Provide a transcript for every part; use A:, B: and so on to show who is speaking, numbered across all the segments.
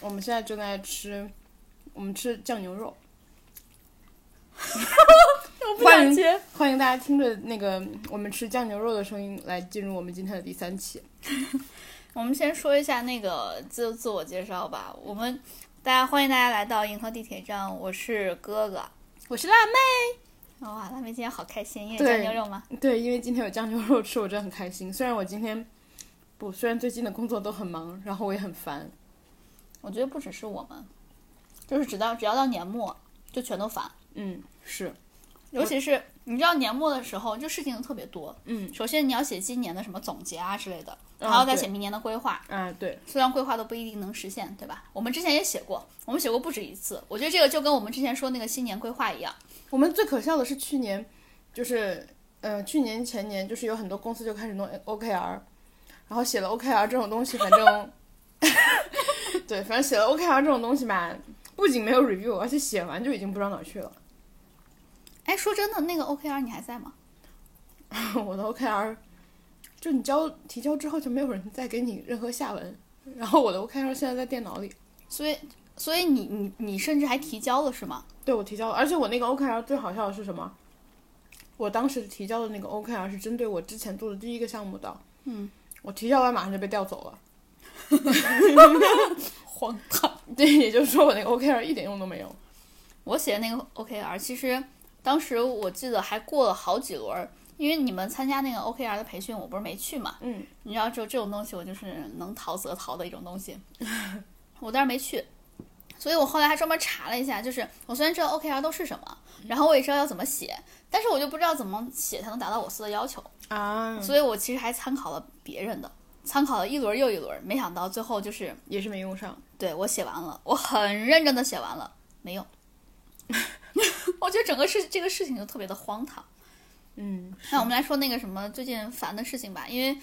A: 我们现在正在吃，我们吃酱牛肉。
B: 我
A: 欢迎
B: 接。
A: 欢迎大家听着那个我们吃酱牛肉的声音来进入我们今天的第三期。
B: 我们先说一下那个自自我介绍吧。我们大家欢迎大家来到银河地铁站，我是哥哥。
A: 我是辣妹。
B: 哇，辣妹今天好开心，因为
A: 对
B: 酱牛肉吗？
A: 对，因为今天有酱牛肉吃，我真的很开心。虽然我今天不，虽然最近的工作都很忙，然后我也很烦。
B: 我觉得不只是我们，就是直到只要到年末就全都烦，
A: 嗯，是，
B: 尤其是你知道年末的时候，就事情特别多。
A: 嗯，
B: 首先你要写今年的什么总结啊之类的，
A: 嗯
B: 还要再
A: 对
B: 写明年的规划。
A: 啊，对，
B: 虽然规划都不一定能实现，对吧？我们之前也写过，我们写过不止一次。我觉得这个就跟我们之前说那个新年规划一样，
A: 我们最可笑的是去年，就是呃，去年前年就是有很多公司就开始弄 OKR，然后写了 OKR 这种东西，反正 对，反正写了 OKR 这种东西吧，不仅没有 review，而且写完就已经不知道哪儿去了。
B: 哎，说真的，那个 OKR 你还在吗？
A: 我的 OKR，就你交提交之后就没有人再给你任何下文，然后我的 OKR 现在在电脑里，
B: 所以，所以你你你甚至还提交了是吗？
A: 对我提交了，而且我那个 OKR 最好笑的是什么？我当时提交的那个 OKR 是针对我之前做的第一个项目的，
B: 嗯，
A: 我提交完马上就被调走了，
B: 荒唐！
A: 对，也就是说我那个 OKR 一点用都没有。
B: 我写的那个 OKR，其实当时我记得还过了好几轮儿，因为你们参加那个 OKR 的培训，我不是没去嘛。
A: 嗯，
B: 你知道，就这种东西，我就是能逃则逃的一种东 西。我当时没去，所以我后来还专门查了一下，就是我虽然知道 OKR 都是什么，然后我也知道要怎么写，但是我就不知道怎么写才能达到我司的要求。
A: 啊，
B: 所以我其实还参考了别人的，参考了一轮又一轮，没想到最后就是
A: 也是没用上。
B: 对我写完了，我很认真的写完了，没用。 我觉得整个事这个事情就特别的荒唐。
A: 嗯，
B: 那我们来说那个什么最近烦的事情吧，因为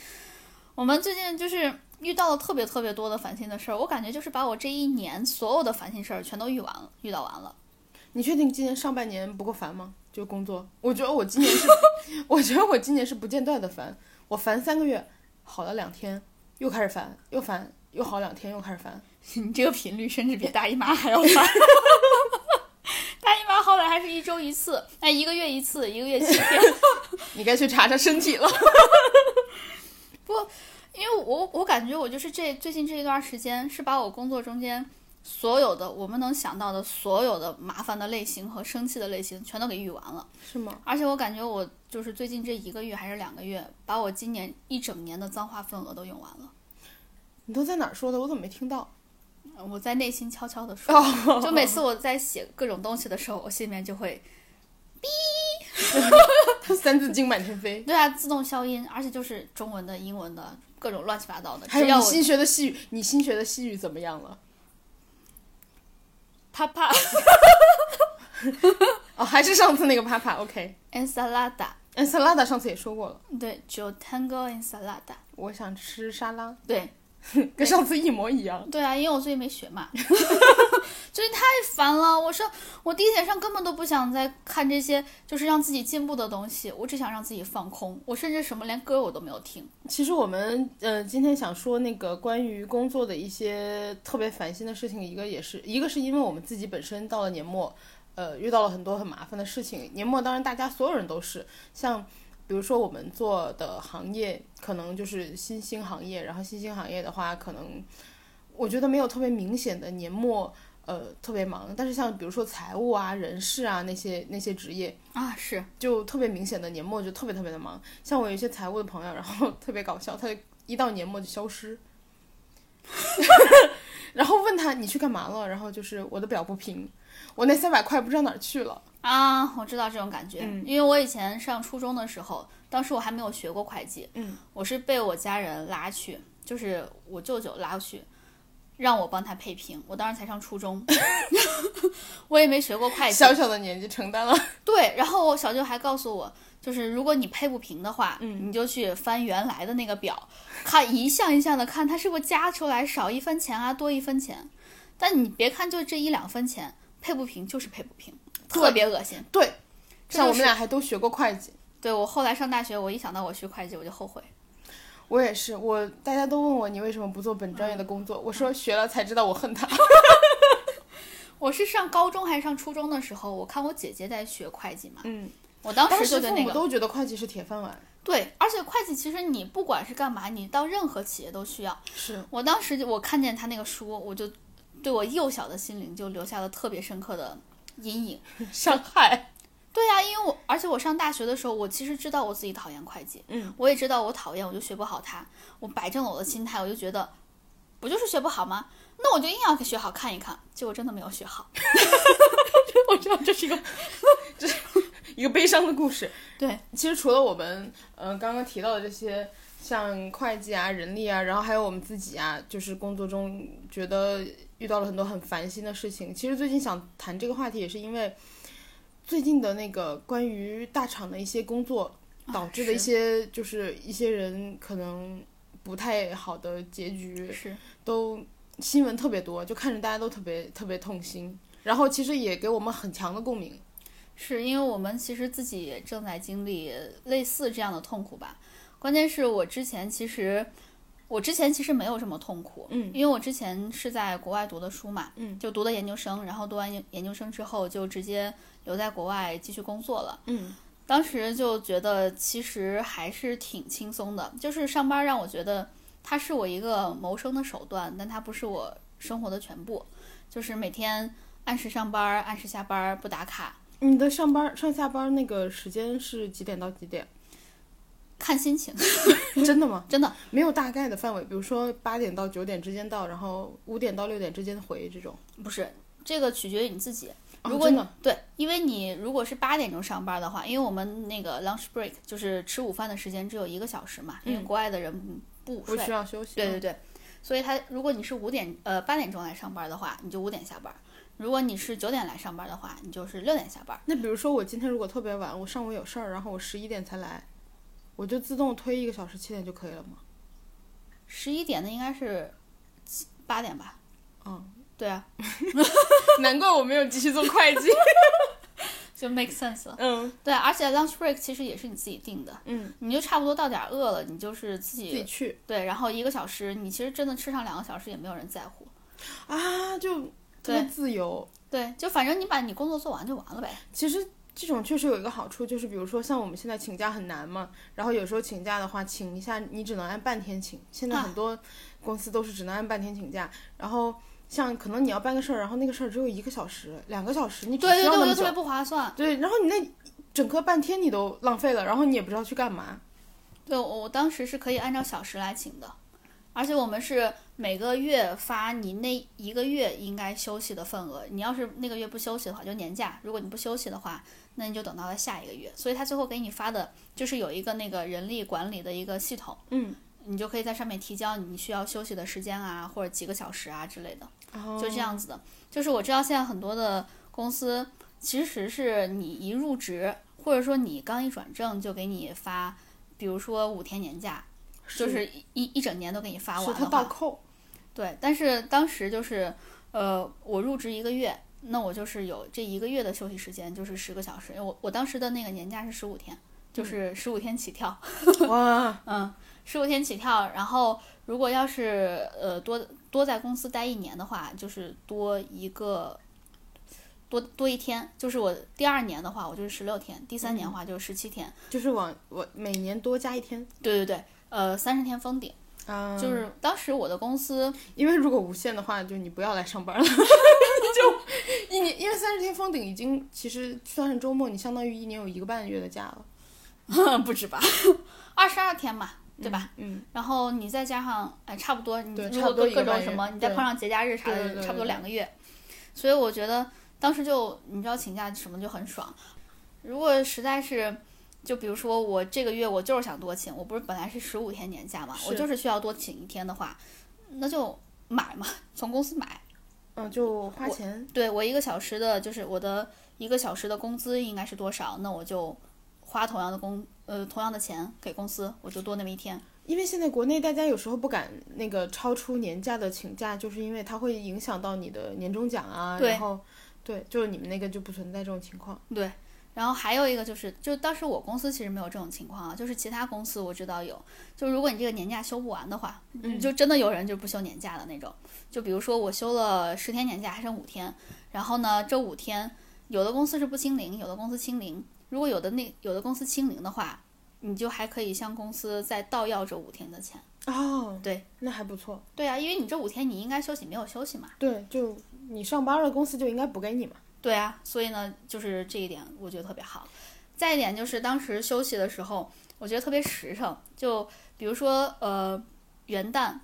B: 我们最近就是遇到了特别特别多的烦心的事儿，我感觉就是把我这一年所有的烦心事儿全都遇完了，遇到完了。
A: 你确定今年上半年不够烦吗？就工作，我觉得我今年是， 我觉得我今年是不间断的烦，我烦三个月，好了两天，又开始烦，又烦，又好两天，又开始烦。
B: 你这个频率甚至比大姨妈还要烦。 大姨妈好歹还是一周一次，哎，一个月一次，一个月七天。
A: 你该去查查身体了。
B: 因为我我感觉我就是这最近这一段时间是把我工作中间所有的我们能想到的所有的麻烦的类型和生气的类型全都给遇完了，
A: 是吗？
B: 而且我感觉我就是最近这一个月还是两个月，把我今年一整年的脏话份额都用完了。
A: 你都在哪儿说的？我怎么没听到？
B: 我在内心悄悄的 说，
A: 哦
B: 就每次我在写各种东西的时候，我心里面就会
A: 三字经满天飞，
B: 对啊自动消音，而且就是中文的、英文的各种乱七八糟的，
A: 还
B: 只
A: 有
B: 要
A: 你
B: 我
A: 新学的西语，你新学的西语怎么样了？
B: 啪啪
A: 哦，还是上次那个啪啪，OK。
B: ensalada，
A: ensalada 上次也说过了，
B: 对，yo tengo ensalada，
A: 我想吃沙拉，
B: 对。
A: 跟上次一模一样。
B: 对啊，因为我最近没学嘛， 最近太烦了。我上我地铁上根本都不想再看这些，就是让自己进步的东西，我只想让自己放空。我甚至什么连歌我都没有听。
A: 其实我们呃今天想说那个关于工作的一些特别烦心的事情，一个也是一个是因为我们自己本身到了年末，呃遇到了很多很麻烦的事情。年末当然大家所有人都是，像比如说我们做的行业可能就是新兴行业，然后新兴行业的话可能我觉得没有特别明显的年末呃特别忙，但是像比如说财务啊、人事啊那些那些职业，
B: 啊，是
A: 就特别明显的年末就特别特别的忙。像我有一些财务的朋友，然后 特别搞笑，他就一到年末就消失， 然后问他你去干嘛了，然后就是我的表不平，我那三百块不知道哪儿去了。
B: 啊，我知道这种感觉，
A: 嗯
B: 因为我以前上初中的时候，当时我还没有学过会计，
A: 嗯，
B: 我是被我家人拉去，就是我舅舅拉去，让我帮他配平。我当时才上初中， 我也没学过会计，
A: 小小的年纪承担了，
B: 对，然后我小舅还告诉我，就是如果你配不平的话，
A: 嗯
B: 你就去翻原来的那个表，看一项一项的看，它是不是加出来少一分钱啊，多一分钱。但你别看就这一两分钱，配不平就是配不平，特
A: 对
B: 别恶心。
A: 对，
B: 这
A: 像我
B: 就
A: 们
B: 是
A: 俩还都学过会计。
B: 对我后来上大学，我一想到我学会计，我就后悔。
A: 我也是，我大家都问我你为什么不做本专业的工
B: 嗯
A: 作，我说学了才知道我恨它。
B: 我是上高中还是上初中的时候，我看我姐姐在学会计嘛，
A: 嗯，
B: 我当
A: 当
B: 时就
A: 时
B: 对
A: 父
B: 那
A: 母
B: 个
A: 都觉得会计是铁饭碗，
B: 对，而且会计其实你不管是干嘛，你到任何企业都需要。
A: 是
B: 我当时就我看见他那个书，我就对我幼小的心灵就留下了特别深刻的阴影。
A: 伤 害。
B: 对呀、因为我而且我上大学的时候，我其实知道我自己讨厌会计，
A: 嗯，
B: 我也知道我讨厌，我就学不好它。我摆正了我的心态，我就觉得不就是学不好吗？那我就硬要学好看一看，结果真的没有学好。我知道 这是一个
A: 一个悲伤的故事。
B: 对，
A: 其实除了我们嗯、呃刚刚提到的这些，像会计啊、人力啊，然后还有我们自己啊，就是工作中觉得遇到了很多很烦心的事情。其实最近想谈这个话题，也是因为最近的那个关于大厂的一些工作导致的一些，啊就是一些人可能不太好的结局。
B: 是
A: 都新闻特别多，就看着大家都特别特别痛心。然后其实也给我们很强的共鸣，
B: 是因为我们其实自己也正在经历类似这样的痛苦吧。关键是我之前其实，我之前其实没有这么痛苦，
A: 嗯，
B: 因为我之前是在国外读的书嘛，
A: 嗯，
B: 就读的研究生，然后读完研研究生之后就直接留在国外继续工作了。
A: 嗯，
B: 当时就觉得其实还是挺轻松的，就是上班让我觉得它是我一个谋生的手段，但它不是我生活的全部。就是每天按时上班，按时下班，不打卡，
A: 你的上班上下班那个时间是几点到几点？
B: 看心情，
A: 真的吗？
B: 真的
A: 没有大概的范围，比如说八点到九点之间到，然后五点到六点之间回这种。
B: 不是这个取决于你自己。
A: 哦
B: 如果
A: 真
B: 你、
A: 的
B: 对，因为你如果是八点钟上班的话，因为我们那个 lunch break 就是吃午饭的时间只有一个小时嘛，因为国外的人嗯不午
A: 不
B: 睡，
A: 需要休息。
B: 对对对，所以他如果你是五点呃八点钟来上班的话，你就五点下班；如果你是九点来上班的话，你就是六点下班。
A: 那比如说我今天如果特别晚，我上午有事儿，然后我十一点才来，我就自动推一个小时七点就可以了吗？
B: 十一点的应该是七八点吧？
A: 嗯，
B: 对啊，
A: 难怪我没有继续做会计。
B: 就 make sense 了。
A: 嗯
B: 对啊、而且 lunch break 其实也是你自己定的，
A: 嗯，
B: 你就差不多到点儿饿了，你就是
A: 自己去
B: 对，然后一个小时，你其实真的吃上两个小时也没有人在乎。
A: 啊，就特别
B: 对
A: 自由。
B: 对，就反正你把你工作做完就完了呗。
A: 其实这种确实有一个好处，就是比如说像我们现在请假很难嘛，然后有时候请假的话，请一下你只能按半天请，现在
B: 啊
A: 很多公司都是只能按半天请假，然后像可能你要办个事儿，然后那个事儿只有一个小时、两个小时，你只
B: 对对
A: 需
B: 对，
A: 要
B: 我
A: 那
B: 就
A: 么久
B: 特别，不划算。
A: 对，然后你那整个半天你都浪费了，然后你也不知道去干嘛，
B: 对我我当时是可以按照小时来请的，而且我们是每个月发你那一个月应该休息的份额。你要是那个月不休息的话，就年假；如果你不休息的话，那你就等到了下一个月。所以他最后给你发的就是有一个那个人力管理的一个系统，
A: 嗯，
B: 你就可以在上面提交你需要休息的时间啊，或者几个小时啊之类的。就
A: 哦
B: 这样子的。就是我知道现在很多的公司，其实是你一入职，或者说你刚一转正就给你发，比如说五天年假，就是一一一整年都给你发
A: 是
B: 完
A: 他
B: 的
A: 倒
B: 话，
A: 扣，
B: 对。但是当时就是，呃，我入职一个月。那我就是有这一个月的休息时间，就是十个小时。因为我我当时的那个年假是十五天，就是十五天起跳。
A: 嗯哇，
B: 嗯，十五天起跳，然后如果要是呃多多在公司待一年的话，就是多一个多多一天，就是我第二年的话，我就是十六天，第
A: 嗯
B: 三年的话就是十七天，
A: 就是往我每年多加一天
B: 对对对，呃三十天封顶，
A: 啊，
B: 就是当时我的公司
A: 因为如果无限的话，就你不要来上班了， 你 就一年，因为三十天封顶已经其实算是周末，你相当于一年有一个半月的假了，
B: 不止吧， 二十二天嘛，对吧？
A: 嗯？
B: 然后你再加上，哎，差不多，你
A: 对
B: 如
A: 差
B: 果
A: 不多
B: 各
A: 一个
B: 各
A: 半
B: 种
A: 月
B: 什么，你再
A: 对
B: 碰上节假日啥
A: 对对
B: 的，
A: 对
B: 差不多
A: 对
B: 两个月。所以我觉得当时就你知道请假什么就很爽。如果实在是，就比如说我这个月我就是想多请，我不是本来是十五天年假嘛，我
A: 是
B: 就是需要多请一天的话，那就买嘛，从公司买。
A: 嗯，嗯，就花钱，
B: 对我一个小时的，就是我的一个小时的工资应该是多少，那我就花同样的工呃同样的钱给公司，我就多那么一天。
A: 因为现在国内大家有时候不敢那个超出年假的请假，就是因为它会影响到你的年终奖啊，
B: 对
A: 然后对，就是你们那个就不存在这种情况，
B: 对，然后还有一个就是，就当时我公司其实没有这种情况啊，就是其他公司我知道有，就如果你这个年假休不完的话，
A: 嗯
B: 就真的有人就不休年假的那种。就比如说我休了十天年假，还剩五天，然后呢这五天有的公司是不清零，有的公司清零。如果有的那有的公司清零的话，你就还可以向公司再倒要这五天的钱。
A: 哦，
B: 对，
A: 那还不错。
B: 对啊，因为你这五天你应该休息，没有休息嘛。
A: 对，就你上班了，公司就应该补给你嘛。
B: 对啊，所以呢，就是这一点我觉得特别好。再一点就是当时休息的时候，我觉得特别实诚。就比如说，呃，元旦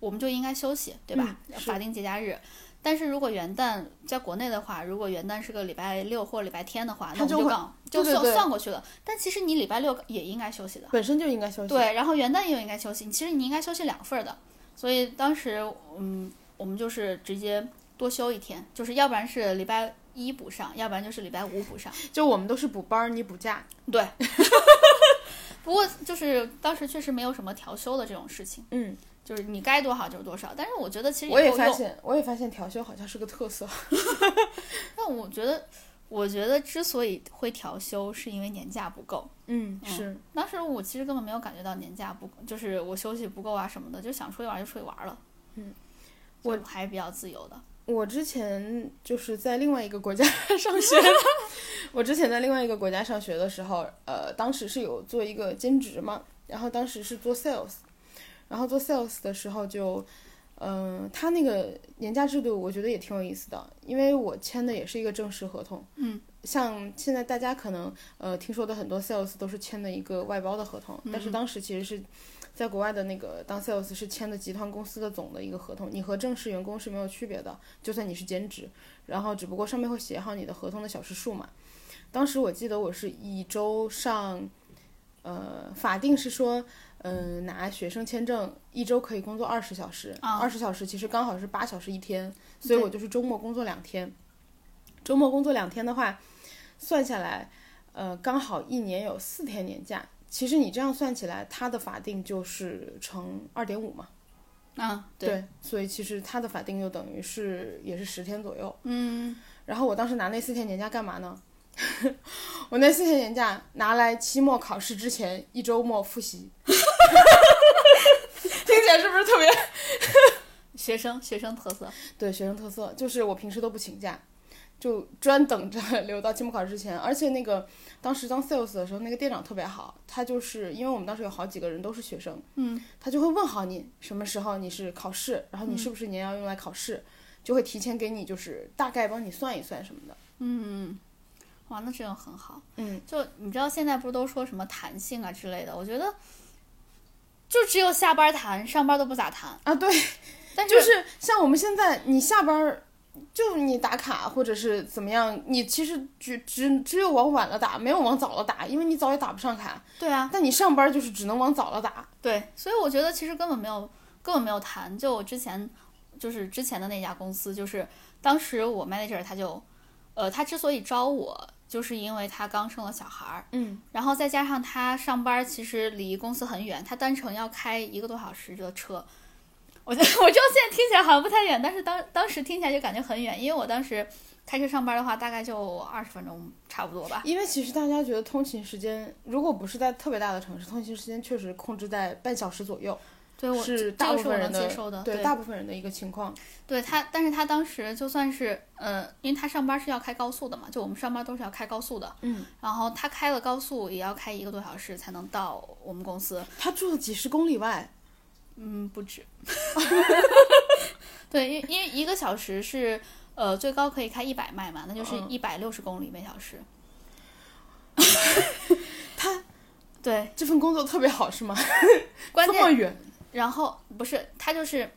B: 我们就应该休息，对吧？
A: 嗯是
B: 法定节假日。但是如果元旦在国内的话，如果元旦是个礼拜六或礼拜天的话，那
A: 它就
B: 我们就
A: 会
B: 刚就
A: 对对
B: 算
A: 对
B: 算过去了。但其实你礼拜六也应该休息的。
A: 本身就应该休息。，啊
B: 对，然后元旦也应该休息，其实你应该休息两份儿的。所以当时，嗯，我们就是直接多休一天，就是要不然是礼拜一补上，要不然就是礼拜五补上。
A: 就我们都是补班儿，你补假。
B: 对， 不过就是当时确实没有什么调休的这种事情，
A: 嗯，
B: 就是你该多少就是多少。但是我觉得其实
A: 我也
B: 够
A: 发
B: 用。
A: 现，我也发现调休好像是个特色。
B: 但我觉得，我觉得之所以会调休，是因为年假不够。
A: 嗯
B: 嗯
A: 是。
B: 当时我其实根本没有感觉到年假不，就是我休息不够啊什么的，就想出去玩就出去玩了。
A: 嗯，
B: 我还是比较自由的。
A: 我之前就是在另外一个国家 上学，我之前在另外一个国家上学的时候，呃，当时是有做一个兼职嘛，然后当时是做 sales，然后做 sales 的时候就，嗯、他那个年假制度我觉得也挺有意思的，因为我签的也是一个正式合同，
B: 嗯，
A: 像现在大家可能呃听说的很多 sales 都是签的一个外包的合同，但是当时其实是。在国外的那个当 sales 是签的集团公司的总的一个合同，你和正式员工是没有区别的，就算你是兼职，然后只不过上面会写好你的合同的小时数嘛。当时我记得我是一周上，呃，法定是说，嗯、拿学生签证一周可以工作二十小时，
B: 啊
A: 二十、小时其实刚好是八小时一天，所以
B: 对
A: 我就是周末工作两天。周末工作两天的话，算下来，呃，刚好一年有四天年假。其实你这样算起来，它的法定就是乘二点五嘛。啊
B: 嗯，，
A: 所以其实他的法定就等于是也是十天左右。
B: 嗯，
A: 然后我当时拿那四天年假干嘛呢？ 我那四天年假拿来期末考试之前一周末复习， 听起来是不是特别
B: 学生学生特色，
A: 对学生特色，就是我平时都不请假，就专等着 留到期末考试之前。而且那个当时当 sales 的时候，那个店长特别好，他就是因为我们当时有好几个人都是学生，
B: 嗯，
A: 他就会问好你什么时候你是考试，然后你是不是年要用来考试，就会提前给你就是大概帮你算一算什么的。
B: 嗯哇，那这种很好。
A: 嗯，
B: 就你知道现在不是都说什么弹性啊之类的，我觉得就只有下班谈，上班都不咋谈。
A: 啊，对，
B: 但
A: 就是像我们现在，你下班儿就你打卡或者是怎么样，你其实只只只有往晚了打，没有往早了打，因为你早也打不上卡。
B: 对啊，
A: 但你上班就是只能往早了打。
B: 对，所以我觉得其实根本没有根本没有谈。就我之前就是之前的那家公司，就是当时我 manager 他就，呃，他之所以招我，就是因为他刚生了小孩儿，
A: 嗯，
B: 然后再加上他上班儿其实离公司很远，他单程要开一个多小时的车。我就我知道现在听起来好像不太远，但是当当时听起来就感觉很远，因为我当时开车上班的话，大概就二十分钟差不多吧。
A: 啊因为其实大家觉得通勤时间，如果不是在特别大的城市，通勤时间确实控制在半小时左右，
B: 对我
A: 是
B: 这
A: 大
B: 个
A: 部
B: 是我
A: 分
B: 能
A: 人
B: 接受的，
A: 对大部分人的一个情况。
B: 对他，但是他当时就算是，呃，因为他上班是要开高速的嘛，就我们上班都是要开高速的，
A: 嗯，
B: 然后他开了高速也要开一个多小时才能到我们公司，
A: 他住了几十公里外，
B: 嗯，不止， 对，因为因为一个小时是，呃，最高可以开一百迈嘛，那就是
A: 嗯
B: 一百六十公里每小 时，
A: 他
B: 对，
A: 这份工作特别好是吗？
B: 关
A: 这么
B: 键，
A: 远
B: 然后不是他就是，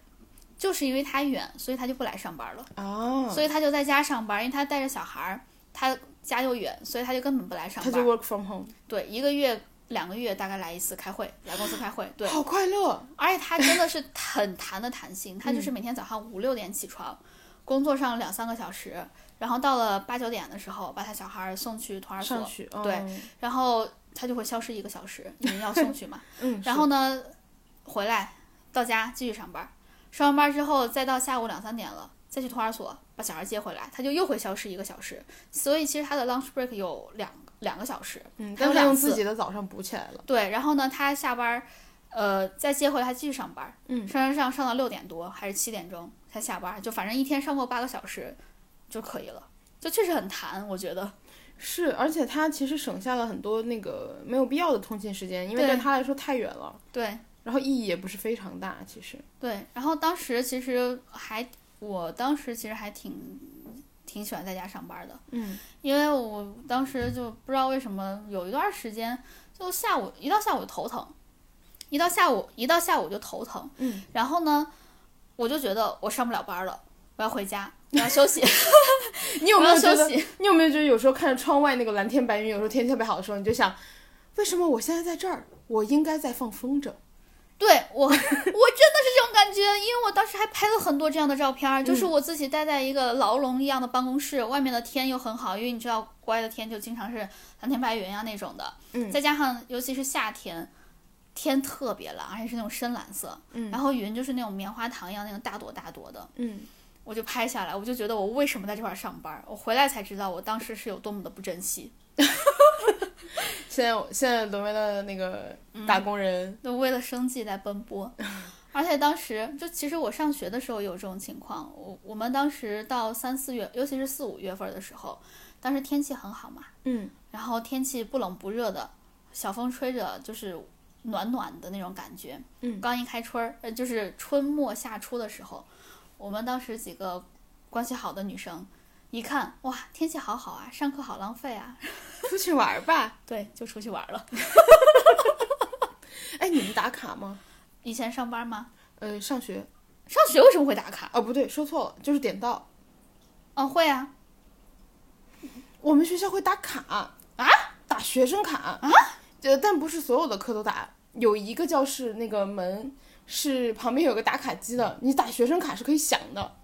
B: 就是因为他远，所以他就不来上班了。
A: 啊，
B: 所以他就在家上班，因为他带着小孩儿，他家又远，所以他就根本不来上
A: 他
B: 班。
A: 就 work from home，
B: 对，一个月、两个月大概来一次开会， 来公司开会。对，
A: 好快乐。
B: 而且他真的是很弹的弹
A: 嗯
B: 性，他就是每天早上五六点起床，工作上两三个小时，然后到了八九点的时候，把他小孩儿送去托儿
A: 上
B: 所，
A: 去，
B: 对
A: 嗯，
B: 然后他就会消失一个小时，因为要送去嘛。
A: 嗯，
B: 然后呢，回来到家继续上班，上完班之后再到下午两三点了，再去托儿所把小孩接回来，他就又会消失一个小时。所以其实他的 lunch break 有两两个小时。
A: 嗯，
B: 还
A: 但是他用
B: 有两次
A: 自己的早上补起来了。
B: 对，然后呢，他下班儿，呃，再接回来，他继续上班儿，
A: 嗯
B: 上上上上到六点多还是七点钟才下班儿，就反正一天上够八个小时就可以了，就确实很弹，我觉得。
A: 是，而且他其实省下了很多那个没有必要的通勤时间，因为
B: 对
A: 对他来说太远了，
B: 对
A: 然后意义也不是非常大。其实，
B: 对，然后当时其实还，我当时其实还挺挺喜欢在家上班儿的，
A: 嗯，
B: 因为我当时就不知道为什么有一段时间，就下午一到下午就头疼，一到下午一到下午就头疼，
A: 嗯，
B: 然后呢，我就觉得我上不了班了，我要回家，我要休息，
A: 你有没有
B: 我
A: 觉
B: 要休
A: 得？
B: 息？
A: 你有没有觉得有时候看着窗外那个蓝天白云，有时候天气特别好的时候，你就想，为什么我现在在这儿？我应该在放风筝。
B: 对我， 我真的是这种感觉，因为我当时还拍了很多这样的照片儿，
A: 嗯
B: 就是我自己待在一个牢笼一样的办公室，外面的天又很好，因为你知道国外的天就经常是蓝天白云啊那种的，
A: 嗯
B: 再加上尤其是夏天，天特别蓝，而且是那种深蓝色，
A: 嗯
B: 然后云就是那种棉花糖一样那种大朵大朵的，
A: 嗯，
B: 我就拍下来，我就觉得我为什么在这块儿上班儿，我回来才知道我当时是有多么的不珍惜，
A: 现在我现在沦为了那个打工人。
B: 就为了生计在奔 波。而且当时就其实我上学的时候有这种情况，我我们当时到三四月，尤其是四五月份的时候，当时天气很好嘛，
A: 嗯
B: 然后天气不冷不热的，小风吹着就是暖暖的那种感觉。
A: 嗯
B: 刚一开春儿，呃，就是春末夏初的时候，我们当时几个关系好的女生一看，哇，天气好好啊，上课好浪费啊，
A: 出去玩儿吧。
B: 对，就出去玩儿了。
A: 哎，你们打卡吗？
B: 以前上班吗？
A: 呃，上学
B: 上学为什么会打卡？
A: 哦，不对，说错了，就是点到。
B: 嗯，会啊，
A: 我们学校会打卡啊，打学生卡啊，呃，但不是所有的课都打，有一个教室那个门是旁边有个打卡机的，你打学生卡是可以响的，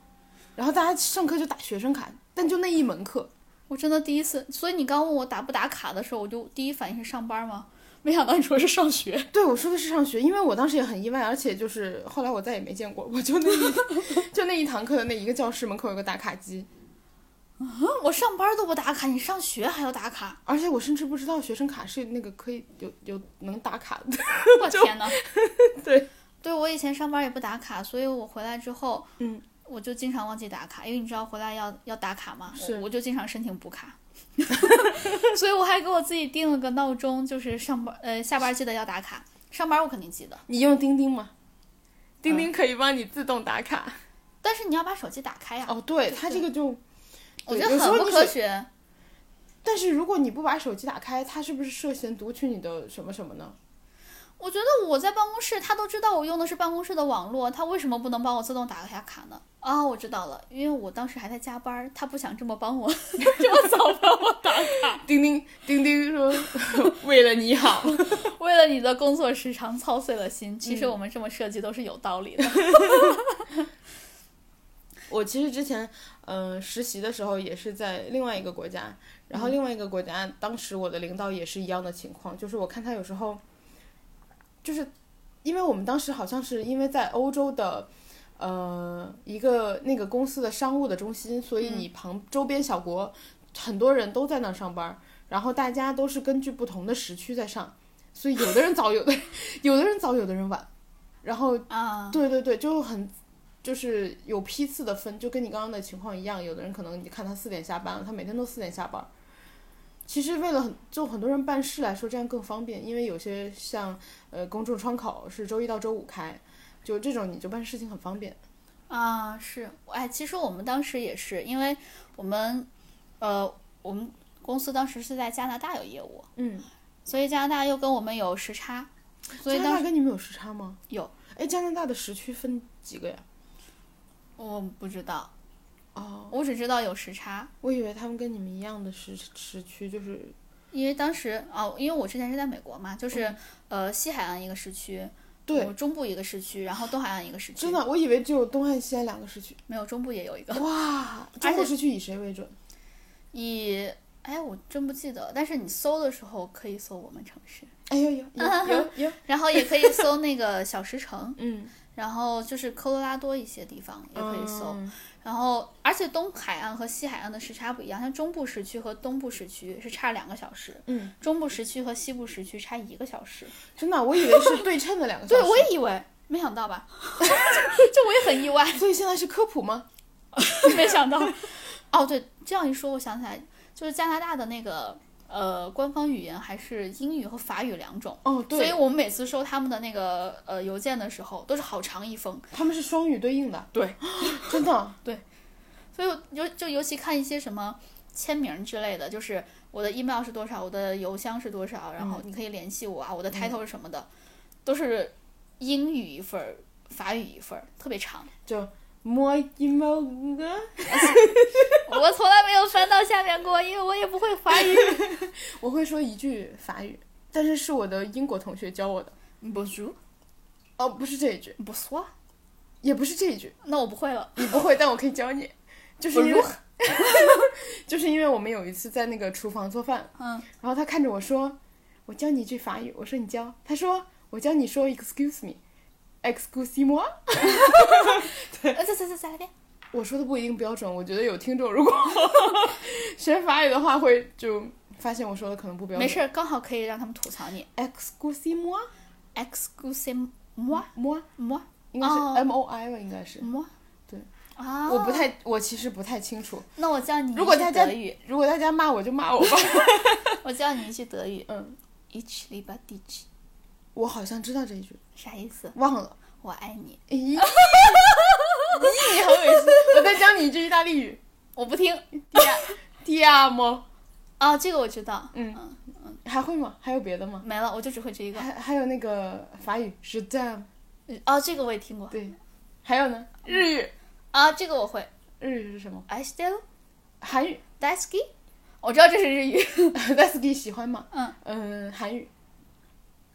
A: 然后大家上课就打学生卡，但就那一门 课，
B: 我真的第一次，所以你刚问我打不打卡的时候，我就第一反应是上班吗？没想到你说是上学，
A: 对，我说的是上学，因为我当时也很意外，而且就是后来我再也没见过，我 就那一就那一堂课的那一个教室门口有个打卡机，
B: 嗯， 我上班都不打卡，你上学还要打 卡？
A: 而且我甚至不知道学生卡是那个可以有有能打卡的。
B: 我天呐，
A: 对，
B: 对我以前上班也不打卡，所以我回来之后，
A: 嗯，
B: 我就经常忘记打卡，因为你知道回来要要打卡嘛，
A: 是
B: 我我就经常申请补 卡，所以我还给我自己定了个闹钟，就是上班呃下班记得要打卡，上班我肯定记得，
A: 你用钉钉吗？钉钉可以帮你自动打卡。
B: 但是你要把手机打开哎呀、
A: 哦，对，它这个就，
B: 我
A: 对
B: 觉得
A: 有时候
B: 很不
A: 你
B: 科
A: 手
B: 学。
A: 但是如果你不把手机打开，它是不是涉嫌读取你的什么什么呢？
B: 我觉得我在办公室，他都知道我用的是办公室的网络，他为什么不能帮我自动打一下卡呢？啊、我知道了，因为我当时还在加班儿，他不想这么帮我， 这么早帮我打卡。
A: 钉钉钉钉说， 为了你好。
B: 为了你的工作时长操碎了心，其实我们这么设计都是有道理的。
A: 我其实之前，嗯、实习的时候也是在另外一个国家，然后另外一个国家，当时我的领导也是一样的情况，就是我看他有时候，就是因为我们当时好像是因为在欧洲的，呃，一个那个公司的商务的中心，所以你旁周边小国很多人都在那儿上班，然后大家都是根据不同的时区在上，所以有的人早，有的 有的人早，有的人晚，然后
B: 啊，
A: 对对对，就很就是有批次的分，就跟你刚刚的情况一样，有的人可能你看他四点下班了，他每天都四点下班儿。其实为了很就很多人办事来说，这样更方便，因为有些像呃公众窗口是周一到周五开，就这种你就办事情很方便。
B: 啊，是，哎，其实我们当时也是，因为我们，呃，我们公司当时是在加拿大有业务，
A: 嗯，
B: 所以加拿大又跟我们有时差，所以
A: 加拿
B: 当
A: 大
B: 时
A: 跟你们有时差吗？
B: 有。
A: 哎，加拿大的时区分几个呀？
B: 我不知道，
A: 哦，
B: 我只知道有时差，
A: 我以为他们跟你们一样的时时区，就是
B: 因为当时哦，因为我之前是在美国嘛，就是、呃西海岸一个时区，
A: 嗯对，
B: 我中部一个时区，然后东海岸一个时区，
A: 真的，我以为只有东岸、西岸两个时区。
B: 没有中部也有一个，
A: 哇，
B: 而
A: 中部
B: 且
A: 时区以谁为准？
B: 以哎我真不记得，但是你搜的时候可以搜我们城市，
A: 哎呦呦呦呦呦！
B: 然后也可以搜那个小时城，
A: 嗯
B: 然后就是科罗拉多一些地方也可以搜。
A: 嗯
B: 然后，而且东海岸和西海岸的时差不一样，像中部时区和东部时区是差两个小时，
A: 嗯，
B: 中部时区和西部时区差一个小时。
A: 真的，我以为是对称的两个小
B: 对，
A: 时。
B: 我也以为，没想到吧？ 这我也很意外，
A: 所以现在是科普吗？
B: 没想到。哦，对，这样一说，我想起来，就是加拿大的那个呃官方语言还是英语和法语两种。
A: 哦，
B: 所以
A: 对，
B: 我们每次收他们的那个呃邮件的时候，都是好长一封。
A: 他们是双语对应的，
B: 对，
A: 真的。
B: 所以我尤就尤其看一些什么签名之类的，就是我的 email 是多少，我的邮箱是多少，
A: 嗯
B: 然后你可以联系我啊，我的 title 是什么的，都是英语一份儿，法语一份儿，特别长。
A: 摸一摸个，
B: 我从来没有翻到下面过，因为我也不会法语。
A: 我会说一句法语，但是是我的英国同学教我的。
B: 不熟，
A: 哦，不是这一句，
B: 不错，
A: 也不是这一句，
B: 那我不会了。
A: 你不 会，但我可以教你。就是因
B: 我
A: 为， 就是因为我们有一次在那个厨房做饭，
B: 嗯，
A: 然后他看着我说：“我教你一句法语。”我说：“你教。”他说：“我教你说 ‘excuse me’，‘excuse me’。”
B: 呃，再再再再来一遍。
A: 我说的不一定标准，我觉得有听众如果 学法语的话，会就发现我说的可能不标准。
B: 没事儿，刚好可以让他们吐槽你。
A: ，excuse me
B: Excuse moi
A: moi，
B: moi
A: 应该是
B: 哦
A: m o i 吧，应该是。
B: moi。
A: 对。
B: 啊。
A: 我不。太，我其实不太清楚。
B: 那我教你一
A: 如果
B: 句
A: 大家
B: 德语，
A: 如果大家骂我就骂我吧。
B: 我教你一句德语。
A: 嗯，
B: Ich liebe dich，
A: 我好像知道这一句，
B: 啥意思？
A: 忘了。
B: 我爱你。
A: 咦， 咦，你好恶心！我再教你一句意大利语
B: 我不听。
A: ，ti amo。
B: 哦，这个我知道，嗯
A: 嗯还会吗？还有别的吗？
B: 没了，我就只会这一个。
A: 还还有那个法语是 jam，
B: 哦，这个我也听过。
A: 对。还有呢？日语，
B: 啊，这个我会。
A: 日语是什么？
B: I still
A: 韩语。
B: d a s k i 我知道这是日语。
A: Dasky 喜欢吗？
B: 嗯
A: 嗯，韩语。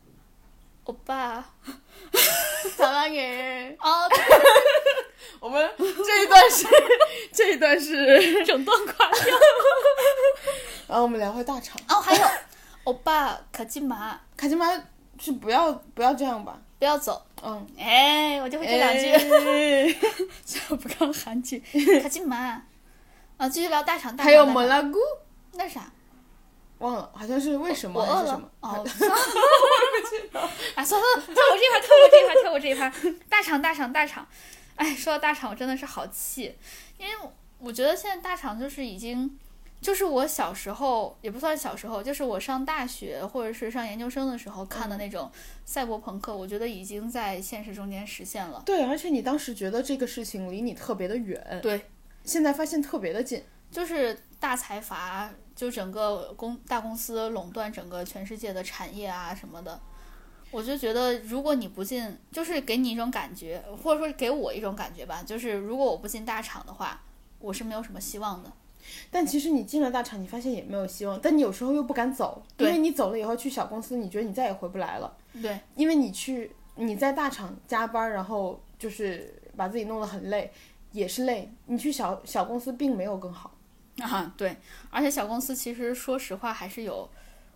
B: 欧巴。
A: 台湾人。
B: 哦，
A: 我们这一段是这一段 是，
B: 整段垮掉。
A: 然后我们聊回大厂。
B: 哦，还有 欧巴可劲嘛，
A: 卡金妈是不要不要这样吧？
B: 不要走。
A: 嗯，哎
B: 哎，我就会这两 句。
A: 句。
B: 这不看韩剧。可劲嘛。啊，继续聊大厂。大厂
A: 还有
B: 大
A: 摩
B: 厂
A: 拉姑，
B: 那是啥？
A: 忘了，好像是为什么
B: 我
A: 还
B: 饿
A: 是什
B: 了
A: 么。？
B: 哦， 哎，算了算了，跳过这一趴，跳过这一趴，跳过这一趴。大厂，大厂，大厂。哎，说到大厂，我真的是好气，因为我觉得现在大厂就是已经，就是我小时候也不算小时候，就是我上大学或者是上研究生的时候看的那种赛博朋克，我觉得已经在现实中间实现了。
A: 对，而且你当时觉得这个事情离你特别的远，
B: 对，
A: 现在发现特别的近。
B: 就是大财阀，就整个公大公司垄断整个全世界的产业啊什么的。我就觉得，如果你不进，就是给你一种感觉，或者说给我一种感觉吧，就是如果我不进大厂的话，我是没有什么希望的。
A: 但其实你进了大厂，你发现也没有希望，但你有时候又不敢走，因
B: 对
A: 为你走了以后去小公司，你觉得你再也回不来了。
B: 对，
A: 因为你去你在大厂加班，然后就是把自己弄得很累，也是累。你去小小公司并没有更好。
B: 啊对，而且小公司其实说实话还是有，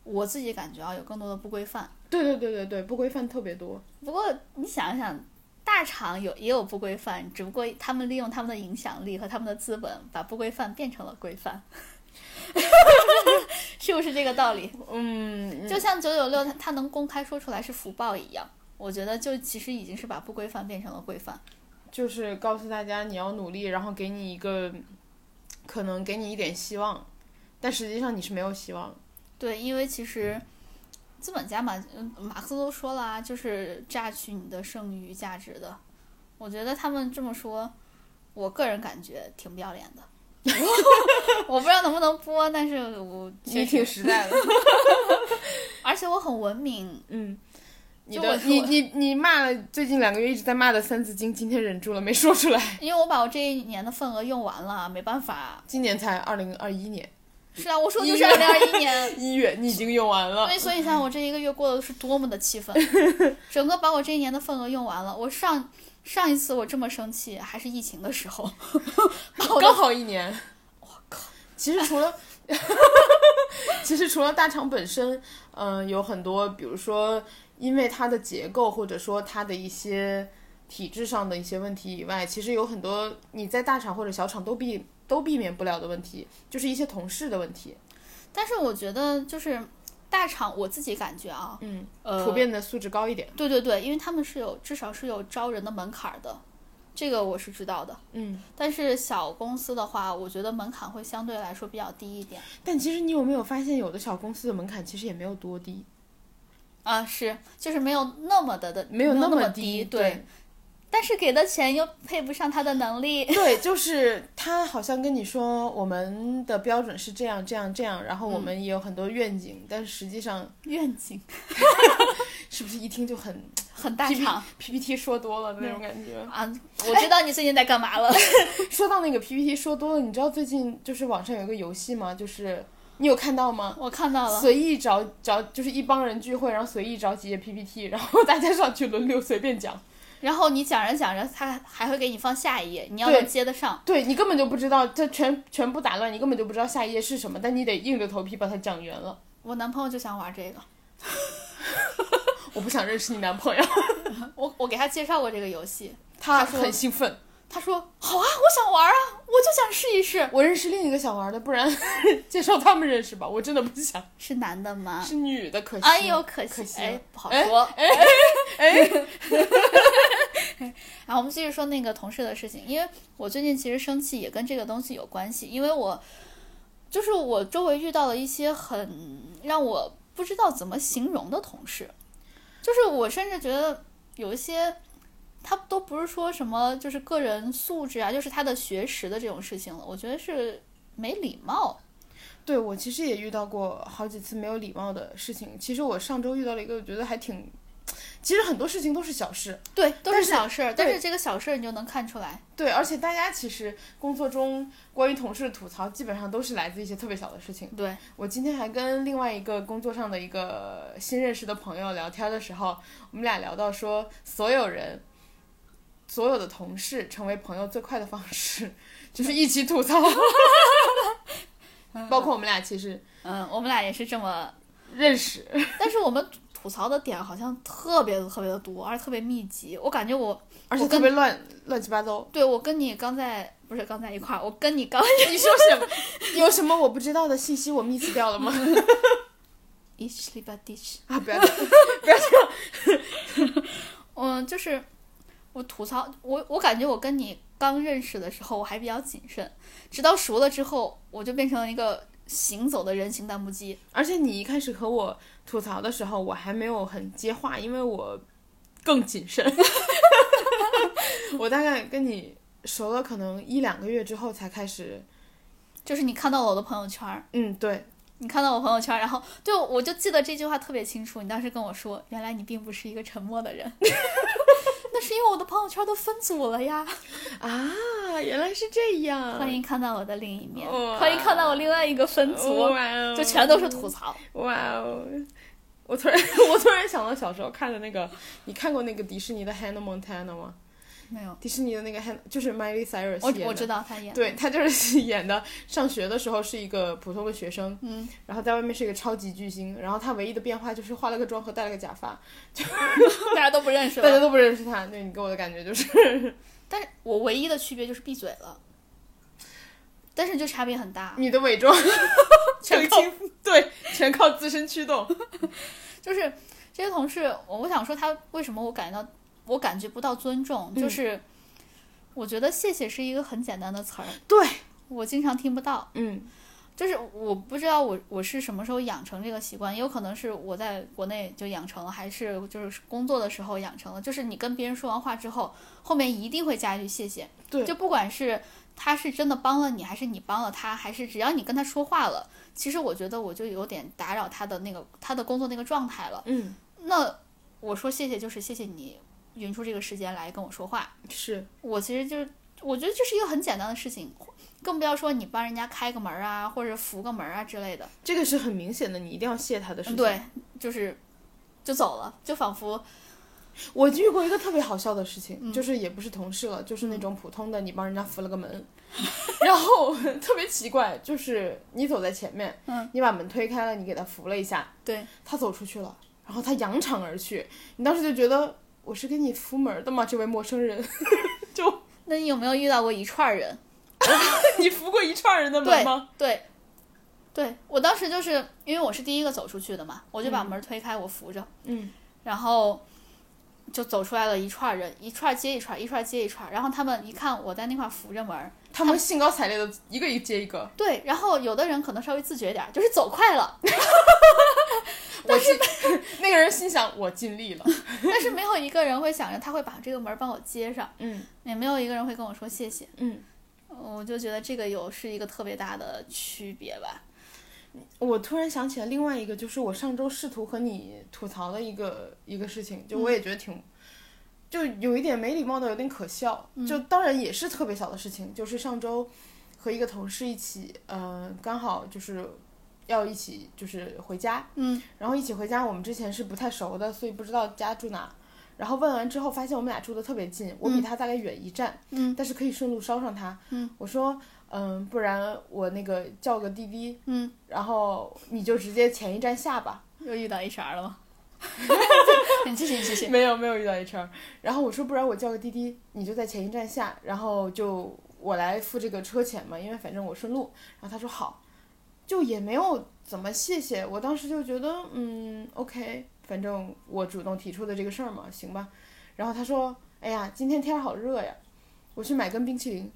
B: 我自己感觉啊有更多的不规范。
A: 对对对对对，不规范特别多。
B: 不过你想想，大厂有也有不规范，只不过他们利用他们的影响力和他们的资本，把不规范变成了规范， 是不是这个道理？
A: 嗯，
B: 就像九九六，它它能公开说出来是福报一样，我觉得就其实已经是把不规范变成了规范。
A: 就是告诉大家你要努力，然后给你一个可能给你一点希望，但实际上你是没有希望。
B: 对，因为其实资本家嘛，嗯马克思都说了啊，就是榨取你的剩余价值的。我觉得他们这么说，我个人感觉挺不要脸的。 我不知道能不能播，但是我确
A: 你
B: 实
A: 挺，实在 的，
B: 而且我很文明。
A: 嗯。你
B: 就我
A: 的你你你骂了最近两个月一直在骂的《三字经》，今天忍住了没说出来。
B: 因为我把我这一年的份额用完了，没办法。
A: 今年才二零二一年
B: 是啊，我说的就是二零二一年，
A: 一月，你已经用完了
B: 所。以，所以你想，我这一个月过得是多么的气愤，整个把我这一年的份额用完了。我上上一次我这么生气，还是疫情的时候，把我
A: 刚
B: 的
A: 好一年。我靠！其实除 了，其实除了大厂本身，呃嗯、有很多，比如说因为它的结构，或者说它的一些体制上的一些问题以外，其实有很多你在大厂或者小厂都避都避免不了的问题，就是一些同事的问题，
B: 但是我觉得就是大厂，我自己感觉啊，
A: 嗯，
B: 呃，
A: 普遍的素质高一点。
B: 对对对，因为他们是有至少是有招人的门槛儿的，这个我是知道的。
A: 嗯，
B: 但是小公司的话，我觉得门槛会相对来说比较低一点。
A: 但其实你有没有发现，有的小公司的门槛其实也没有多低，
B: 啊，是，就是没有那么的的，
A: 呃没
B: 有
A: 那
B: 那
A: 么
B: 低，
A: 对
B: 但是给的钱又配不上他的能 力。
A: 对，就是他好像跟你说我们的标准是这样这样这样，然后我们也有很多愿景，但实际上
B: 愿景
A: 是不是一听就很
B: 很大 厂
A: PPT 说多了的那种感觉？
B: 啊， 我知道你最近在干嘛了。
A: 说到那个 PPT 说多了，你知道最近就是网上有一个游戏吗？就是你有看到吗？
B: 我看到了，
A: 随意找找，就是一帮人聚会，然后随意找几页 PPT，然后大家上去轮流随便讲。
B: 然后你讲着讲着，他还会给你放下一页，你要
A: 对
B: 能接得上。
A: 对你根本就不知道，这全全部打乱，你根本就不知道下一页是什么，但你得硬着头皮把它讲圆了。
B: 我男朋友就想玩这个，
A: 我不想认识你男朋友，
B: 我我给他介绍过这个游戏，
A: 他
B: 他说
A: 很兴奋。
B: 他说好啊，我想玩啊，我就想试一试。
A: 我认识另一个想玩的，不然 介绍他们认识吧。我真的不想，
B: 是男的吗？
A: 是女的，可惜。
B: 啊哎呦，可惜，
A: 可惜
B: 哎
A: 了，
B: 不好
A: 哎
B: 说。哎， 然后我们继续说那个同事的事情，因为我最近其实生气也跟这个东西有关系，因为我就是我周围遇到了一些很让我不知道怎么形容的同事，就是我甚至觉得有一些。他都不是说什么，就是个人素质啊，就是他的学识的这种事情了。我觉得是没礼貌，
A: 对我其实也遇到过好几次没有礼貌的事情。其实我上周遇到了一个，我觉得还挺，其实很多事情都是小事。
B: 对，都
A: 但
B: 是
A: 是
B: 小事儿。但
A: 对
B: 是这个小事儿你就能看出来，
A: 对，而且大家其实工作中关于同事的吐槽，基本上都是来自一些特别小的事情。
B: 对，
A: 我今天还跟另外一个工作上的一个新认识的朋友聊天的时候，我们俩聊到说，所有人，所有的同事成为朋友最快的方式，就是一起吐槽。包括我们俩其实
B: 嗯，我们俩也是这么，
A: 认识，
B: 但是我们吐槽的点好像特别的特别的多，而且特别密集。我感觉我
A: 而且特别乱乱七八糟。
B: 对我跟你刚在不是刚在一块儿，我跟你刚
A: 你说什么？有什么我不知道的信息我 miss 掉了 吗？
B: 一起吧，一起。
A: 啊，不要
B: 嗯，就是我吐槽我，我感觉我跟你刚认识的时候我还比较谨慎，直到熟了之后，我就变成了一个行走的人形弹幕机。
A: 而且你一开始和我吐槽的时候，我还没有很接话，因为我更谨慎。 我大概跟你熟了可能一两个月之后才开始，
B: 就是你看到了我的朋友圈儿，
A: 嗯，对，
B: 你看到我朋友圈儿，然后对我就记得这句话特别清楚。你当时跟我说，原来你并不是一个沉 默的人，那是因为我的朋友圈都分组了呀。
A: 啊，原来是这样，
B: 欢迎看到我的另一面，
A: 嗯哇
B: 欢迎看到我另外一个分组，
A: 哇哦，
B: 就全都是吐槽。
A: 哇哦。我突然， 我突然想到小时候看的那个，你看过那个迪士尼的《Hannah Montana》吗？
B: 没有，
A: 迪士尼的那个 Han，就是 Miley Cyrus
B: 我
A: 演的
B: 我知道他演，
A: 对他就是 演的，上学的时候是一个普通的学生，
B: 嗯，
A: 然后在外面是一个超级巨星，然后他唯一的变化就是化了个妆和戴了个假发，
B: 大家都不认识
A: 大家
B: 了。
A: 都不认识他。对你给我的感觉就是，
B: 但是我唯一的区别就是闭嘴了，但是就差别很大，
A: 你的伪装
B: 全
A: 全靠对，全靠自身驱动。
B: 就是这些同事，我我想说他为什么我感觉到我感觉不到尊重，就是我觉得谢谢是一个很简单的词儿，
A: 对，
B: 我经常听不到。
A: 嗯，
B: 就是我不知道我我是什么时候养成这个习惯，也有可能是我在国内就养成了，还是就是工作的时候养成了。就是你跟别人说完话之后，后面一定会加一句谢谢。
A: 对
B: 就不管是他是真的帮了你，还是你帮了他，还是只要你跟他说话了，其实我觉得我就有点打扰他的那个他的工作那个状态了。
A: 嗯，
B: 那我说谢谢就是谢谢你匀出这个时间来跟我说话，
A: 是
B: 我其实就是我觉得这是一个很简单的事情，更不要说你帮人家开个门儿啊，或者扶个门儿啊之类的。
A: 这个是很明显的，你一定要谢他的事
B: 嗯，
A: 情。，
B: 对，就是就走了，就仿佛
A: 我遇过一个特别好笑的事情，就是也不是同事了，就是那种普通的，你帮人家扶了个门，然后 特别奇怪，就是你走在前面，
B: 嗯，
A: 你把门推开了，你给他扶了一下，
B: 对
A: 他走出去了，然后他扬长而去，你当时就觉得我是给你扶门的吗？这位陌生人，
B: 那你有没有遇到过一串人？
A: 你扶过一串人的门
B: 对
A: 吗？
B: 对，对我当时就是因为我是第一个走出去的嘛，我就把门推开，我扶着，
A: 嗯，
B: 然后就走出来了一串人，一串接一串，一串接一串，然后他们一看我在那块扶着门儿，
A: 他们兴高采烈的一个一接一个，
B: 对，然后有的人可能稍微自觉点儿，就是走 快了，
A: 我是那个人心 想我尽力了，
B: 但是没有一个人会想着他会把这个门儿帮我接上，
A: 嗯
B: 也没有一个人会跟我说谢谢，
A: 嗯。
B: 我就觉得这个有是一个特别大的区别吧。
A: 我突然想起来另外一个，就是我上周试图和你吐槽的一个一个事情，就我也觉得挺，就有一点没礼貌到有点可笑。就当然也是特别小的事情，就是上周和一个同事一起，呃，刚好就是要一起就是回家，
B: 嗯，
A: 然后一起回家，我们之前是不太熟的，所以不知道家住哪。然后问完之后，发现我们俩住的特别近，我比他大概远一站，
B: 嗯，
A: 但是可以顺路捎上他，
B: 嗯，
A: 我说，嗯、不然我那个叫个滴滴，
B: 嗯，
A: 然后你就直接前一站下吧。
B: 又遇到 HR 了吗？你继续，你继续。
A: 没有没有遇到 HR，然后我说不然我叫个滴滴，你就在前一站下，然后就我来付这个车钱嘛，因为反正我顺路。然后他说好，就也没有怎么谢谢，我当时就觉得嗯 OK，反正我主动提出的这个事儿嘛，行吧。然后他说哎呀，今天天儿好热呀，我去买根冰淇淋。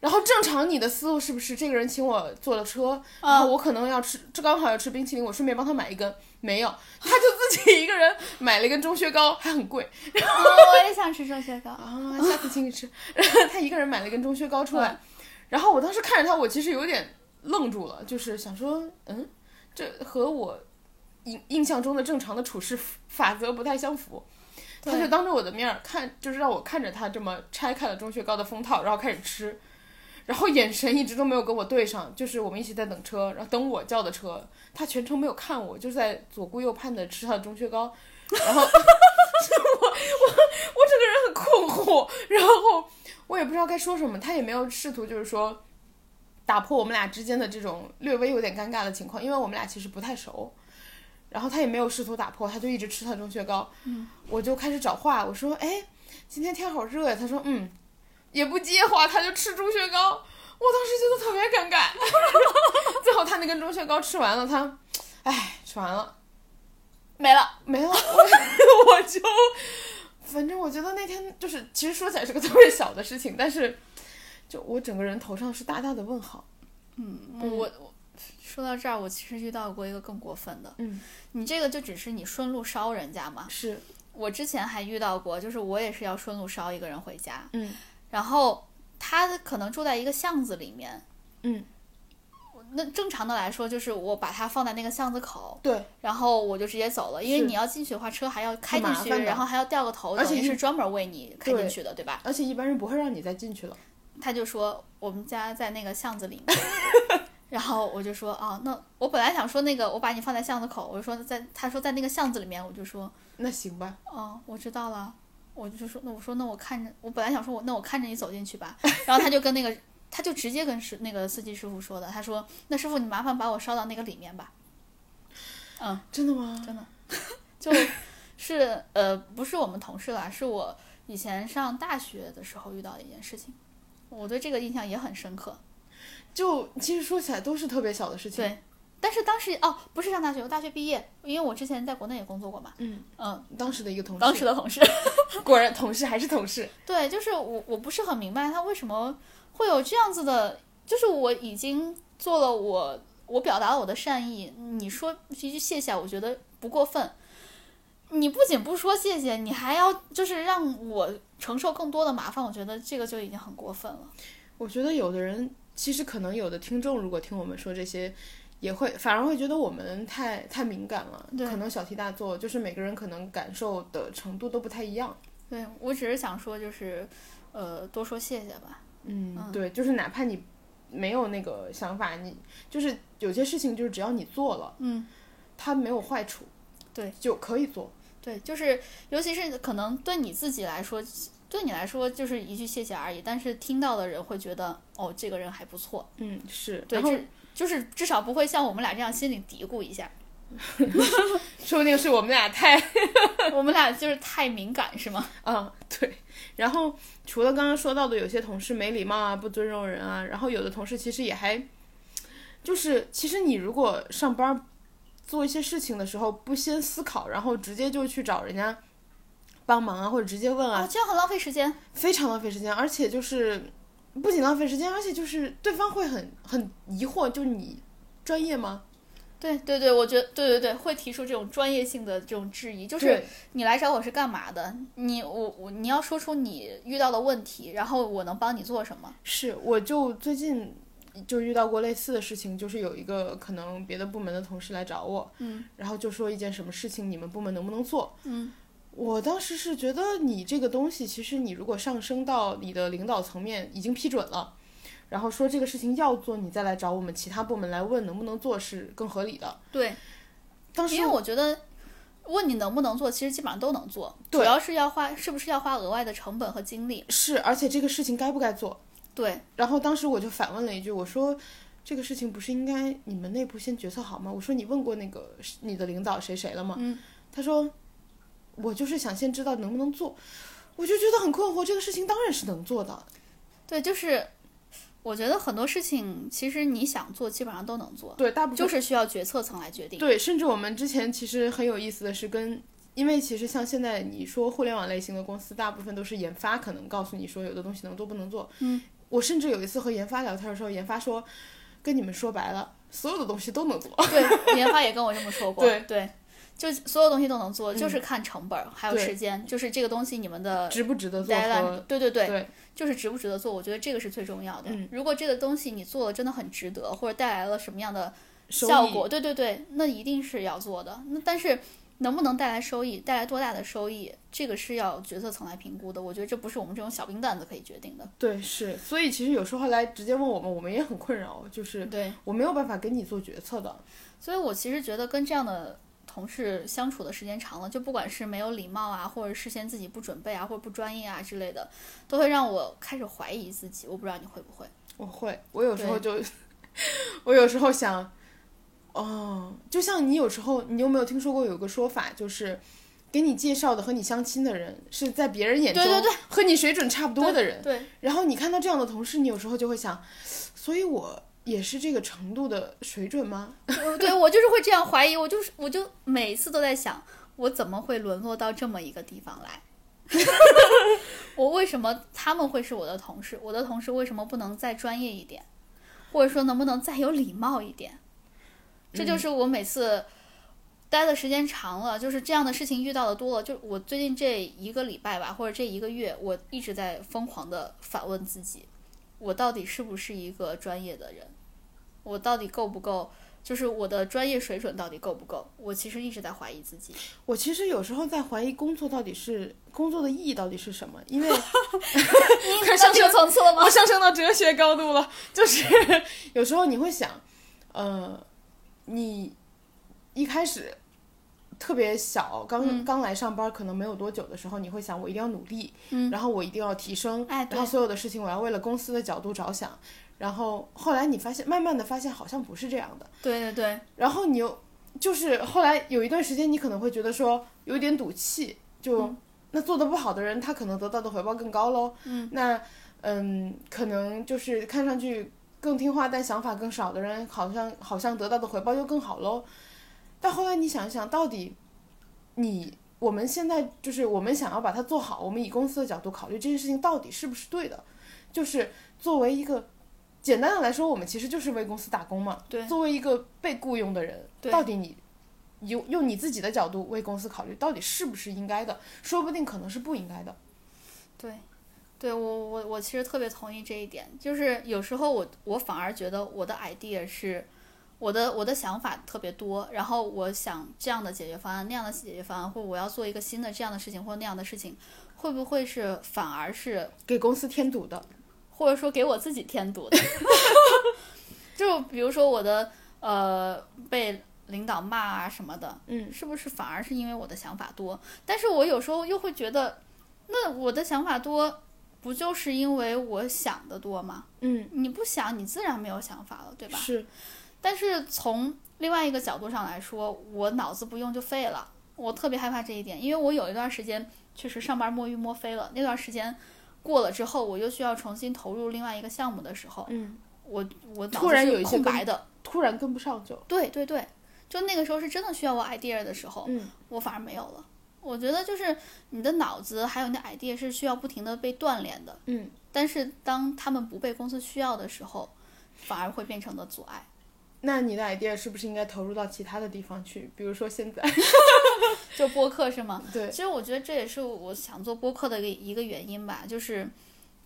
A: 然后正常你的思路是不是这个人请我坐了车，
B: 嗯
A: 然啊后我可能要吃，这刚好要吃冰淇淋，我顺便帮他买一根，没有， 他就自己一个人买了一根钟薛高，还很贵
B: 哦我也想吃肉雪糕。
A: 啊， 下次请你吃。然后他一个人买了一根钟薛高出来，然后我当时看着他，我其实有点愣住了，就是想说，嗯，这和我印印象中的正常的处事法则不太相符。
B: 对
A: 他就当着我的面儿看，就是让我看着他这么拆开了钟薛高的封套，然后开始吃，然后眼神一直都没有跟我对上，就是我们一起在等车，然后等我叫的车，他全程没有看我，就是在左顾右盼的吃他的钟薛高，然后 我我我整个人很困惑，然后我也不知道该说什么，他也没有试图就是说。打破我们俩之间的这种略微有点尴尬的情况，因为我们俩其实不太熟，然后他也没有试图打破，他就一直吃他的钟薛高，我就开始找话，我说：“哎，今天天好热呀。”他说：“嗯。”也不接话，他就吃钟薛高。我当时觉得特别尴尬。 最后他那根钟薛高吃完了，他，哎，吃完了
B: 没了，
A: 没了， 我我就，反正我觉得那天就是，其实说起来是个特别小的事情，但是，就我整个人头上是大大的问号。嗯
B: 我我说到这儿，我其实遇到过一个更过分的。
A: 嗯，
B: 你这个就只是你顺路捎人家嘛？
A: 是，
B: 我之前还遇到过，就是我也是要顺路捎一个人回家，
A: 嗯
B: 然后他可能住在一个巷子里面。
A: 嗯，
B: 那正常的来说，就是我把他放在那个巷子口，
A: 对，
B: 然后我就直接走了，因
A: 是
B: 为你要进去的话，车还要开
A: 很
B: 进
A: 麻
B: 去，
A: 烦的
B: 然后还要掉个头，
A: 而且
B: 等于
A: 一
B: 是专门为你开
A: 对
B: 进去的，对吧？
A: 而且一般人不会让你再进去了。
B: 他就说我们家在那个巷子里面，然后我就说啊，那我本来想说那个我把你放在巷子口，我就说在，他说在那个巷子里面，我就说
A: 那行吧，
B: 哦，我知道了，我就说那我说那我看着，我本来想说我那我看着你走进去吧，然后他就跟那个他就直接跟师那个司机师傅说的，他说那师傅你麻烦把我捎到那个里面吧，嗯，
A: 真的吗？
B: 是呃不是我们同事啦，是我以前上大学的时候遇到的一件事情，我对这个印象也很深刻，
A: 就其实说起来都是特别小的事情。
B: 对，但是当时哦，不是上大学，我大学毕业，因为我之前在国内也工作过嘛。
A: 嗯
B: 嗯，
A: 当时的一个同事，
B: 当时的同事。
A: 哦果然同事还是同事。
B: 对，就是我，我不是很明白他为什么会有这样子的，就是我已经做了我，我表达了我的善意，你说一句谢谢，我觉得不过分。你不仅不说谢谢，你还要就是让我承受更多的麻烦，我觉得这个就已经很过分了。
A: 我觉得有的人其实可能有的听众如果听我们说这些，也会反而会觉得我们太太敏感了，
B: 对
A: 可能小题大做，就是每个人可能感受的程度都不太一样。
B: 对我只是想说，就是呃，多说谢谢吧。
A: 嗯，对，就是哪怕你没有那个想法，你就是有些事情就是只要你做了，
B: 嗯。
A: 它没有坏处，
B: 对，
A: 就可以做。
B: 对，就是尤其是可能对你自己来说，对你来说就是一句谢谢而已，但是听到的人会觉得哦，这个人还不错，
A: 嗯，是。
B: 对，
A: 然后
B: 这就是至少不会像我们俩这样心里嘀咕一下。
A: 说不定是我们俩太
B: 我们俩就是太敏感是吗？
A: 啊，对。然后除了刚刚说到的有些同事没礼貌啊、不尊重人啊，然后有的同事其实也还，就是其实你如果上班儿做一些事情的时候不先思考，然后直接就去找人家帮忙啊，或者直接 问
B: 哦
A: 啊，，
B: 这样很浪费时间。
A: 非常浪费时间，而且就是不仅浪费时间，而且就是对方会很很疑惑，就你专业吗？
B: 对对对，我觉得对对对，会提出这种专业性的这种质疑，就是
A: 对
B: 你来找我是干嘛的？你我我你要说出你遇到的问题，然后我能帮你做什么？
A: 是，我就最近就遇到过类似的事情，就是有一个可能别的部门的同事来找我，
B: 嗯，
A: 然后就说一件什么事情，你们部门能不能做？
B: 嗯，
A: 我当时是觉得你这个东西，其实你如果上升到你的领导层面已经批准了，然后说这个事情要做，你再来找我们其他部门来问能不能做是更合理的。
B: 对，
A: 当时
B: 因为我觉得问你能不能做，其实基本上都能做，主
A: 对
B: 要是要花是不是要花额外的成本和精力？
A: 是，而且这个事情该不该做？
B: 对，
A: 然后当时我就反问了一句，我说这个事情不是应该你们内部先决策好吗？我说你问过那个你的领导谁谁了吗？
B: 嗯
A: 他说我就是想先知道能不能做，我就觉得很困惑，这个事情当然是能做的，
B: 对，就是我觉得很多事情其实你想做，基本上都能做，
A: 对，大部分
B: 就是需要决策层来 决定。
A: 对，甚至我们之前其实很有意思的是跟。因为其实像现在你说互联网类型的公司，大部分都是研发可能告诉你说有的东西能做不能做。
B: 嗯，
A: 我甚至有一次和研发聊天的时候，研发说，跟你们说白了，所有的东西都能做。
B: 对，研发也跟我这么说过。
A: 对嗯
B: 就所有东西都能做，就是看成本儿、还有
A: 对
B: 时间，就是这个东西你们的
A: 值 不值得做
B: 呃 deadline，
A: 和
B: 对对对，
A: 对
B: 就是值不值得做，我觉得这个是最重要的。
A: 嗯
B: 如果这个东西你做的真的很值得，或者带来了什么样的
A: 收
B: 效
A: 益
B: 果，对对对，那一定是要做的。那但是能不能带来收益，带来多大的收益，这个是要决策层来评估的。我觉得这不是我们这种小兵蛋子可以决定的。
A: 对是，所以其实有时候后来直接问我们，我们也很困扰，就是
B: 对，
A: 我没有办法跟你做决策的。
B: 所以我其实觉得跟这样的同事相处的时间长了，就不管是没有礼貌啊，或者事先自己不准备啊，或者不专业啊之类的，都会让我开始怀疑自己。我不知道你会不会？
A: 我会，我有时候就， 我有时候想，哦，就像你有时候，你有没有听说过有个说法，就是给你介绍的和你相亲的人是在别人眼中
B: 对对
A: 和你水准差不多的人，
B: 对
A: 然后你看到这样的同事，你有时候就会想，所以我也是这个程度的水准吗？
B: 我对我就是会这样怀疑，我就是我就每次都在想，我怎么会沦落到这么一个地方来？ 我为什么他们会是我的同事？我的同事为什么不能再专业一点，或者说能不能再有礼貌一点？这就是我每次待的时间长了，就是这样的事情遇到的多了。就我最近这一个礼拜吧，或者这一个月，我一直在疯狂的反问自己，我到底是不是一个专业的人？我到底够不够？就是我的专业水准到底够不够？我其实一直在怀疑 自己。
A: 我其实有时候在怀疑工作到底是工作的意义到底是什么， 因为
B: 你上这个层次了吗？
A: 我上升到哲学高度了，就是 有时候你会想，呃，你一开始特别小，刚、刚来上班可能没有多久的时候，你会想我一定要努力，
B: 嗯
A: 然后我一定要提升，
B: 哎对
A: 然后所有的事情我要为了公司的角度着想，然后后来你发现，慢慢的发现好像不是这样的。
B: 对对对，
A: 然后你又就是后来有一段时间，你可能会觉得说有点赌气，就、那做的不好的人，他可能得到的回报更高喽。嗯，那嗯，可能就是看上去更听话但想法更少的人，好像好像得到的回报又更好喽。但后来你想一想，到底你我们现在就是我们想要把它做好，我们以公司的角度考虑这件事情到底是不是对的，就是作为一个。简单的来说，我们其实就是为公司打工嘛。
B: 对
A: 作为一个被雇佣的人，
B: 对
A: 到底你用用你自己的角度为公司考虑，到底是不是应该的？说不定可能是不应该的。
B: 对，对我我我其实特别同意这一点，就是有时候我我反而觉得我的 idea 是我的我的想法特别多，然后我想这样的解决方案，那样的解决方案，或者我要做一个新的这样的事情或者那样的事情，会不会是反而是
A: 给公司添堵的，
B: 或者说给我自己添堵的。 就比如说我的呃被领导骂啊什么的，
A: 嗯，
B: 是不是反而是因为我的想法多？但是我有时候又会觉得，那我的想法多，不就是因为我想的多吗？
A: 嗯，
B: 你不想，你自然没有想法了，对吧？
A: 是，
B: 但是从另外一个角度上来说，我脑子不用就废了，我特别害怕这一点，因为我有一段时间确实上班摸鱼摸飞了，那段时间过了之后，我又需要重新投入另外一个项目的时候，
A: 嗯，
B: 我我脑
A: 突
B: 子
A: 然
B: 是
A: 有一些
B: 空
A: 跟
B: 白的，
A: 突然跟不上就，
B: 对对对，就那个时候是真的需要我 idea 的时候，
A: 嗯，
B: 我反而没有了。我觉得就是你的脑子还有你的 idea 是需要不停的被锻炼的，
A: 嗯，
B: 但是当他们不被公司需要的时候，反而会变成的阻碍。
A: 那你的 idea 是不是应该投入到其他的地方去？比如说现在，
B: 就播客是吗？
A: 对
B: 其实我觉得这也是我想做播客的一个一个原因吧，就是，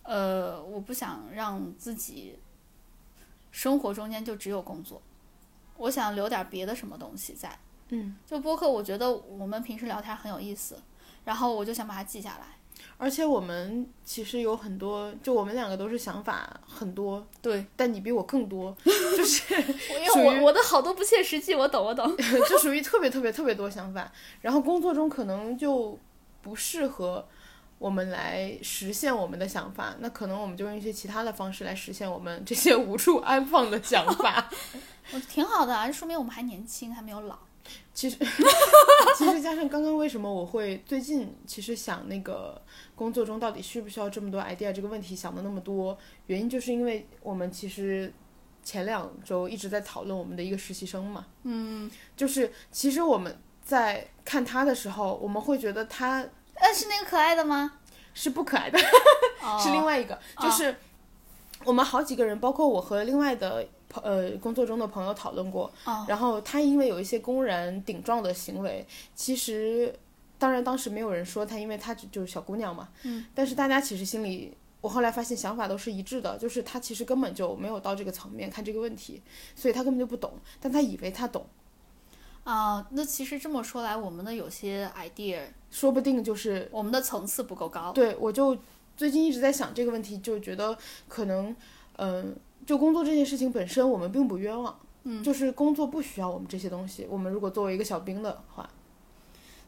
B: 呃，我不想让自己生活中间就只有工作，我想留点别的什么东西在。
A: 嗯，
B: 就播客，我觉得我们平时聊天很有意思，然后我就想把它记下来。
A: 而且我们其实有很多，就我们两个都是想法很多，
B: 对，
A: 但你比我更多，
B: 因为我我的好多不切实际，我懂 我懂。
A: 就属于特别特别特别多想法。然后工作中可能就不适合我们来实现我们的想法，那可能我们就用一些其他的方式来实现我们这些无处安放的想法。
B: 我挺好的啊，这说明我们还年轻，还没有老。
A: 其实，其实加上刚刚为什么我会最近其实想那个工作中到底需不需要这么多 idea 这个问题想的那么多，原因就是因为我们其实前两周一直在讨论我们的一个实习生嘛，
B: 嗯，
A: 就是其实我们在看他的时候，我们会觉得他
B: 呃，是那个可爱 的吗？
A: 是不可爱的。
B: 哦
A: 是另外一个，就
B: 哦
A: 是我们好几个人，包括我和另外的朋呃工作中的朋友讨论过，
B: 哦
A: 然后他因为有一些公然顶撞的行为，其实当然当时没有人说他，因为他只就是小姑娘嘛，
B: 嗯，
A: 但是大家其实心里。我后来发现想法都是一致的，就是他其实根本就没有到这个层面看这个问题，所以他根本就不懂，但他以为他懂，
B: 啊，那其实这么说来，我们的有些 idea，
A: 说不定就是
B: 我们的层次不够高。
A: 对，我就最近一直在想这个问题，就觉得可能，嗯、就工作这件事情本身，我们并不冤枉，
B: 嗯
A: 就是工作不需要我们这些东西。我们如果作为一个小兵的话，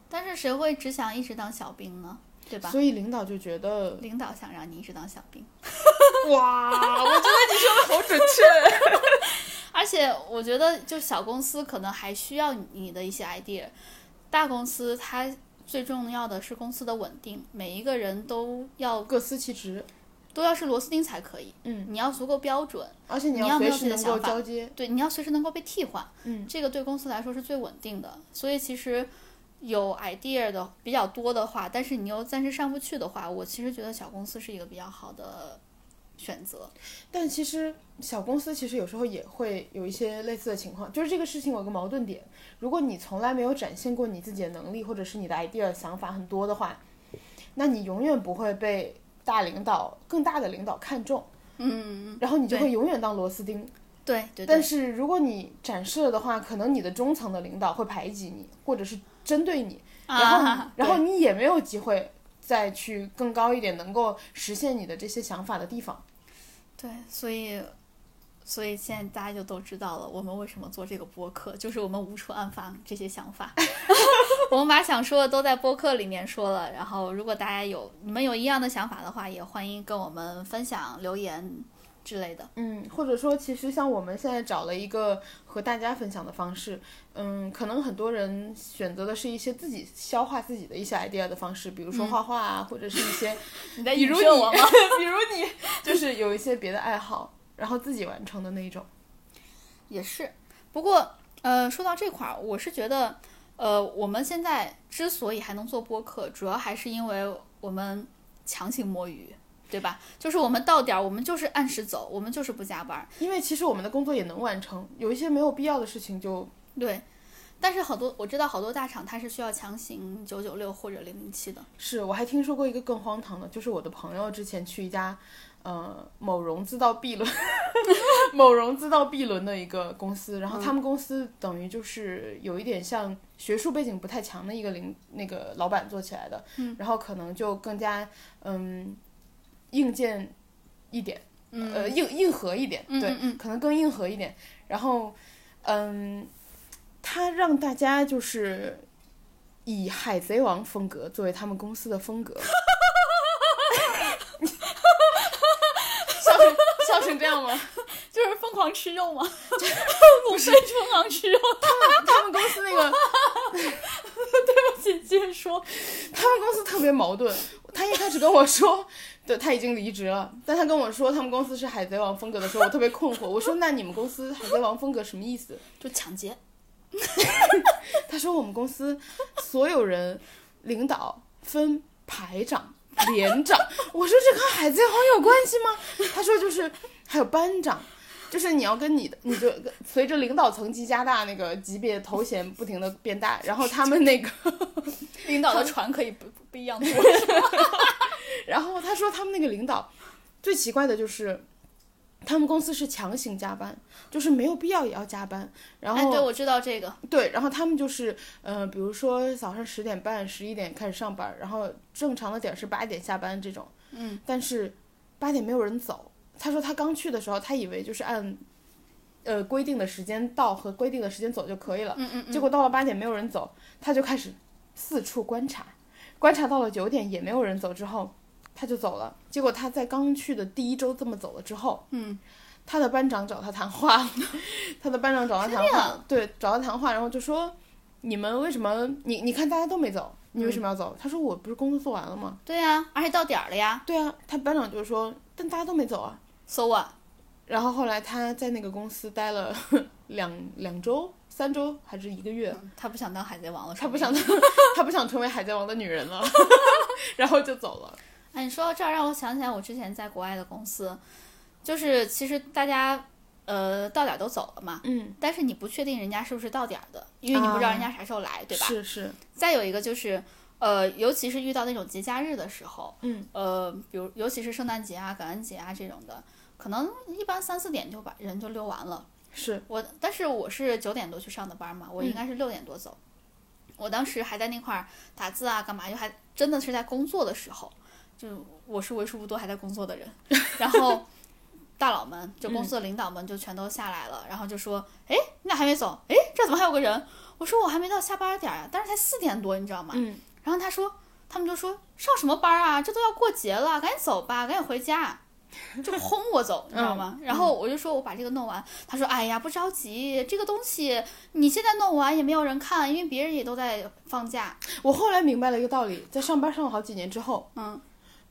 B: 但是谁会只想一直当小兵呢？对吧？
A: 所以领导就觉 得，
B: 领导想让你一直当小兵，
A: 哇，我觉得你说的好准确。
B: 而且我觉得，就小公司可能还需要你的一些 idea，大公司它最重要的是公司的稳定，每一个人都 要
A: 各司其职，
B: 都要是螺丝钉才可以。
A: 嗯，
B: 你要足够标准，
A: 而且你
B: 你要没
A: 随时
B: 有自己的
A: 能够
B: 想法
A: 交接。
B: 对，你要随时能够被替换。
A: 嗯，
B: 这个对公司来说是最稳定的。所以其实有 idea 的比较多的话，但是你又暂时上不去的话，我其实觉得小公司是一个比较好的选择。
A: 但其实小公司其实有时候也会有一些类似的情况，就是这个事情有个矛盾点。如果你从来没有展现过你自己的能力，或者是你的 idea 想法很多的话，那你永远不会被大领导、更大的领导看重，
B: 嗯，
A: 然后你就
B: 对
A: 会永远当螺丝钉。
B: 对对
A: 但
B: 对，
A: 是如果你展示了的话，可能你的中层的领导会排挤你，或者是针对你，然后、
B: 啊，
A: 然后
B: 对
A: 你也没有机会再去更高一点，能够实现你的这些想法的地方。
B: 对，所以。所以现在大家就都知道了，我们为什么做这个播客，就是我们无处安放这些想法， 我们把想说的都在播客里面说了。然后，如果大家有你们有一样的想法的话，也欢迎跟我们分享、留言之类的。
A: 嗯，或者说，其实像我们现在找了一个和大家分享的方式，嗯，可能很多人选择的是一些自己消化自己的一些 idea 的方式，比如说画画啊，或者是一些，
B: 嗯你在
A: 比
B: 引
A: 如
B: 射
A: 你，
B: 我吗？
A: 比如你，就是有一些别的爱好，然后自己完成的那一 种。
B: 也是，不过呃，说到这块儿，我是觉得，呃，我们现在之所以还能做播客，主要还是因为我们强行摸鱼，对吧？就是我们到点儿，我们就是按时走，我们就是不加班儿，
A: 因为其实我们的工作也能完成，有一些没有必要的事情就，
B: 对。但是好多我知道好多大厂它是需要强行九九六或者零零七的，
A: 是我还听说过一个更荒唐的，就是我的朋友之前去一家，呃，某融资到 B 轮， 某融资到 B 轮的一个公司，然后
B: 嗯
A: 他们公司等于就是有一点像学术背景不太强的一个领那个老板做起来的，
B: 嗯
A: 然后可能就更加嗯硬件一点，呃硬硬核一点，
B: 嗯
A: 对，
B: 嗯嗯
A: 可能更硬核一点，然后嗯，他让大家就是。以海贼王风格作为他们公司的风格，笑成笑成这样吗？
B: 就是疯狂吃肉吗？ 不是疯狂吃肉，
A: 他们公司那个，
B: 紧接着说，
A: 他们公司特别矛盾。他一开始跟我说，对他已经离职了，但他跟我说他们公司是海贼王风格的时候，我特别困惑。我说那你们公司海贼王风格什么意思？
B: 就抢劫，
A: 他说我们公司所有人领导分排长、连长。我说这跟海贼王有关系吗？他说就是还有班长，就是你要跟你的，你就随着领导层级加大，那个级别头衔不停的变大，然后他们那个，
B: 领导的船可以不不不一样坐。
A: 然后他说他们那个领导最奇怪的就是。他们公司是强行加班，就是没有必要也要加班。然后、
B: 哎，对，我知道这个，
A: 对，然后他们就是，呃，比如说早上十点半、十一点开始上班，然后正常的点是八点下班这种，
B: 嗯，
A: 但是八点没有人走。他说他刚去的时候，他以为就是按，呃，规定的时间到和规定的时间走就可以了，
B: 嗯嗯
A: 结果到了八点没有人走，他就开始四处观察，观察到了九点也没有人走之后，他就走了。结果他在刚去的第一周这么走了之后，
B: 嗯，
A: 他的班长找他谈话了， 他的班长找他谈
B: 这
A: 话
B: 样，
A: 对，找他谈话，然后就说你们为什么你你看大家都没走，你为什么要走？他说我不是工作做完了吗？
B: 对呀、而且到点儿了呀
A: 对啊，他班长就说但大家都没走啊。
B: ，so what？
A: 然后后来他在那个公司待了 两两周、三周还是一个月，
B: 他不想当海贼王了，
A: 她不想，她不想成为 海贼王的女人 了，然后就走了。
B: 哎，你说到这儿让我想起来，我之前在国外的公司，就是其实大家呃到点儿都走了嘛，
A: 嗯，
B: 但是你不确定人家是不是到点儿的，因为你不知道人家啥时候来，对吧？
A: 是啊是，
B: 再有一个就是。呃，尤其是遇到那种节假日的时候，
A: 嗯，
B: 呃，比如尤其是圣诞节啊、感恩节啊这种的，可能一般三四点就把人就溜完了。
A: 是，
B: 我但是我是九点多去上的班嘛，
A: 嗯
B: 我应该是六点多走。我当时还在那块儿打字啊，干嘛？就还真的是在工作的时候，就我是为数不多还在工作的人。然后大佬们，就公司的领导们就全都下来了，然后就说：“哎，你俩还没走？哎，这儿怎么还有个人？”我说：“我还没到下班点儿啊，但是才四点多，你知道吗？”
A: 嗯
B: 然后他说，他们就说上什么班啊？这都要过节了，赶紧走吧，赶紧回家，就轰我走，你知道吗？然后我就说我把这个弄完，他说哎呀不着急，这个东西你现在弄完也没有人看，因为别人也都在放假。
A: 我后来明白了一个道理，在上班上了好几年之后，
B: 嗯，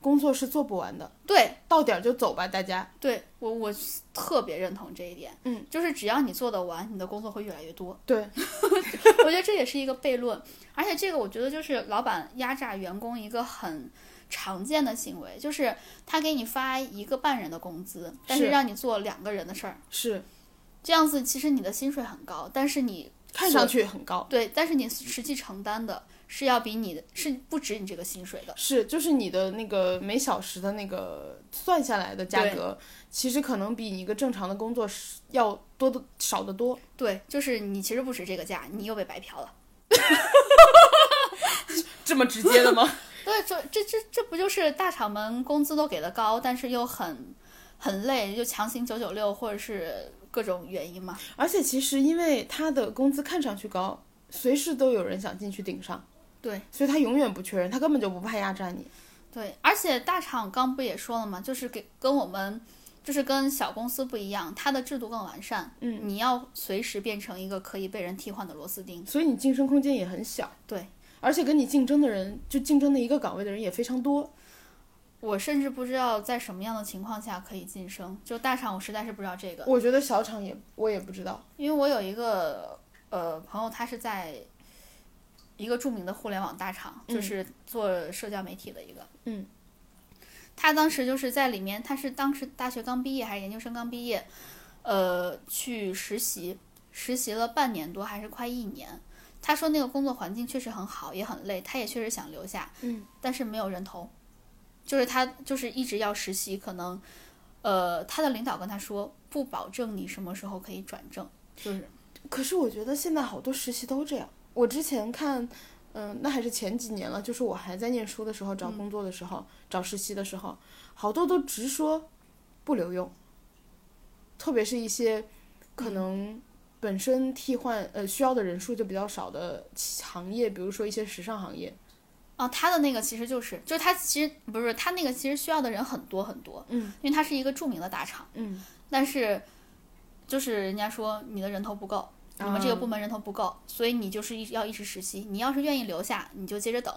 A: 工作是做不完的，
B: 对
A: 到点儿就走吧，大家。
B: 对，我我特别认同这一点，
A: 嗯，
B: 就是只要你做得完，你的工作会越来 越多。
A: 对，
B: 我觉得这也是一个悖论，而且这个我觉得就是老板压榨员工一个很常见的行为，就是他给你发一个半人的工资，但是
A: 是
B: 让你做两个人的事儿，
A: 是，
B: 这样子其实你的薪水很高，但是你
A: 看上去很高，
B: 对，但是你实际承担的是要比你的是不止你这个薪水的，
A: 是，就是你的那个每小时的那个算下来的价
B: 对
A: 格，其实可能比你一个正常的工作是要多的少得多。
B: 对，就是你其实不止这个价，你又被白嫖了。
A: 这么直接的吗？
B: 对，这这这这不就是大厂们工资都给的高，但是又很很累，就强行九九六或者是各种原因嘛？
A: 而且其实因为他的工资看上去高，随时都有人想进去顶上，
B: 对，
A: 所以他永远不缺人，他根本就不怕压榨你。
B: 对，而且大厂刚不也说了嘛，就是给跟我们，就是跟小公司不一样，它的制度更完善。
A: 嗯，
B: 你要随时变成一个可以被人替换的螺丝钉。
A: 所以你晋升空间也很小。
B: 嗯对，
A: 而且跟你竞争的人，就竞争的一个岗位的人也非常多。
B: 我甚至不知道在什么样的情况下可以晋升，就大厂我实在是不知道这个，
A: 我觉得小厂也我也不知道。
B: 因为我有一个呃朋友，他是在一个著名的互联网大厂，就
A: 嗯
B: 是做社交媒体的一个，
A: 嗯。
B: 他当时就是在里面，他是当时大学刚毕业还是研究生刚毕业，呃，去实习，实习了半年多还是快一年。他说那个工作环境确实很好，也很累，他也确实想留下，
A: 嗯，
B: 但是没有人投，就是他就是一直要实习，可能，呃，他的领导跟他说不保证你什么时候可以转正，就是
A: 可是我觉得现在好多实习都这样。我之前看，嗯、那还是前几年了，就是我还在念书的时候，找工作的时
B: 嗯
A: 候，找实习的时候，好多都直说不留用，特别是一些可能
B: 嗯
A: 本身替换呃需要的人数就比较少的行业，比如说一些时尚行业，
B: 啊，他的那个其实就是，就是他其实不是他那个其实需要的人很多很多，
A: 嗯
B: 因为他是一个著名的大厂，
A: 嗯
B: 但是就是人家说你的人头不够，你们这
A: 啊
B: 个部门人头不够，所以你就是一要一直实习。你要是愿意留下，你就接着等，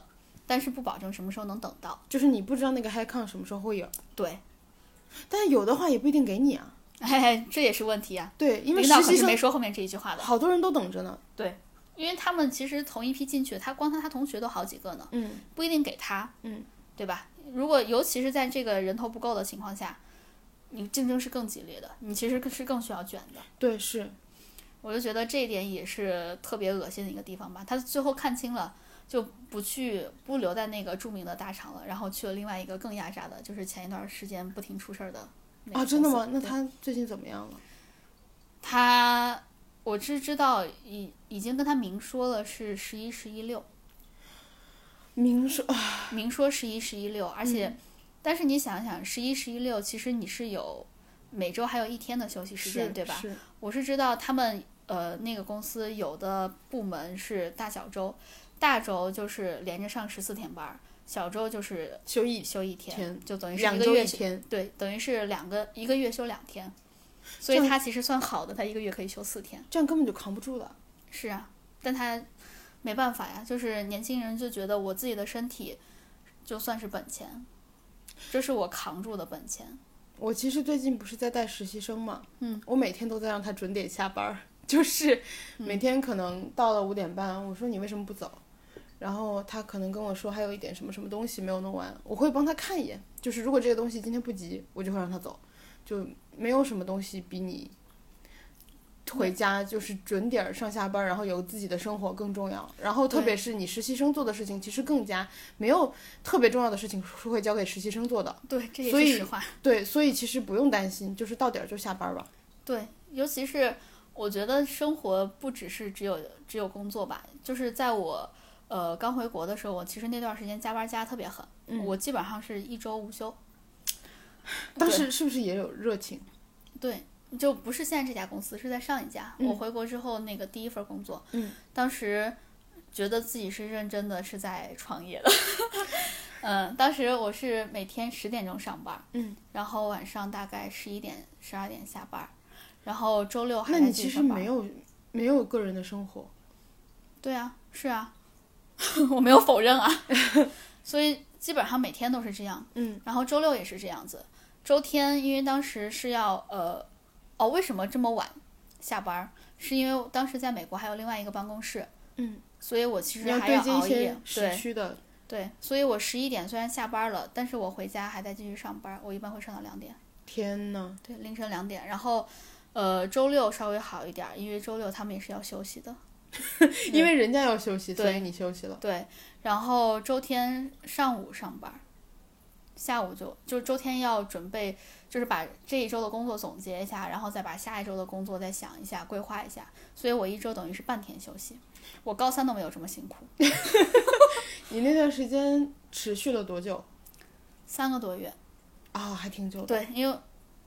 B: 但是不保证什么时候能等到。
A: 就是你不知道那个 high con 什么时候会有，
B: 对，
A: 但是有的话也不一定给你啊。
B: 哎，这也是问题啊。
A: 对，因为
B: 领导
A: 实
B: 可
A: 习
B: 是
A: 生
B: 没说后面这一句话的，
A: 好多人都等着呢。
B: 因为他们其实同一批进去，他光他他同学都好几个呢，
A: 嗯，
B: 不一定给他，
A: 嗯，
B: 对吧？如果尤其是在这个人头不够的情况下，你竞争是更激烈的，你其实是更需要卷的。
A: 对，是
B: 我就觉得这一点也是特别恶心的一个地方吧。他最后看清了，就不去不留在那个著名的大厂了，然后去了另外一个更压榨的，就是前一段时间不停出事儿的那个
A: 啊，真的
B: 公司
A: 吗？那
B: 对
A: 他最近怎么样了？
B: 他，我是知道已已经跟他明说了是十一十一六，
A: 明说啊，
B: 明说十一十一六，而且，
A: 嗯
B: 但是你想想十一十一六，其实你是有每周还有一天的休息时
A: 是
B: 间，对吧？
A: 是，
B: 我是知道他们呃那个公司有的部门是大小周，大周就是连着上十四天班儿，小周就是
A: 休一
B: 休一天，
A: 天
B: 就等于是
A: 两
B: 一个
A: 周
B: 月
A: 嗯一
B: 休
A: 天，
B: 对，等于是两个一个月休两天，所
A: 这样
B: 以他其实算好的，他一个月可以休四天。
A: 这样根本就扛不住了。
B: 是啊，但他没办法呀，就是年轻人就觉得我自己的身体就算是本钱，这是我扛住的本钱。
A: 我其实最近不是在带实习生嘛，
B: 嗯，
A: 我每天都在让他准点下班儿，就是
B: 嗯
A: 每天可能到了五点半，我说你为什么不走？然后他可能跟我说还有一点什么什么东西没有弄完，我会帮他看一眼，就是如果这个东西今天不急，我就会让他走，就没有什么东西比你回家就是准点儿上下班儿，然后有自己的生活更重要。然后特
B: 对
A: 别是你实习生做的事情，其实更加没有特别重要的事情是会交给实习生做的。
B: 哦对，这也
A: 所以
B: 是实话。
A: 对，所以其实不用担心，就是到点儿就下班儿吧。
B: 对，尤其是我觉得生活不只是只有只有工作吧，就是在我呃刚回国的时候，我其实那段时间加班加得特别狠，我基本上是一周无休。
A: 当时是不是也有热情？
B: 对，就不是现在这家公司，是在上一家。我回国之后那个第一份工作，
A: 嗯，
B: 当时觉得自己是认真的，是在创业的。 嗯，当时我是每天十点钟上班，
A: 嗯，
B: 然后晚上大概十一点、十二点下班儿，然后周六还
A: 那
B: 在
A: 你其
B: 继续
A: 实
B: 上班
A: 没。有没有个人的生活，
B: 对啊，是啊， 我没有否 认啊，所以基本上每天都是这样。
A: 嗯，
B: 然后周六也是这样子，周天因为当时是要呃，哦，为什么这么晚下班儿？是因为我当时在美国还有另外一个办公室，
A: 嗯，
B: 所以我其
A: 你
B: 实还
A: 对接一
B: 熬夜
A: 些，时
B: 对
A: 区的。
B: 对，所以我十一点虽然下班了，但是我回家还在继续上班儿，我一般会上到两点。
A: 天呐，
B: 对，凌晨两点。然后，呃，周六稍微好一点儿，因为周六他们也是要休息的。
A: 因为人家要休息，所
B: 对
A: 以你休息了。
B: 对，然后周天上午上班儿，下午就就是周天要准备，就是把这一周的工作总结一下，然后再把下一周的工作再想一下，规划一下。所以我一周等于是半天休息。我高三都没有这么辛苦，
A: 你那段时间持续了多久？
B: 三个多月。
A: 啊、还挺久的。
B: 对，因为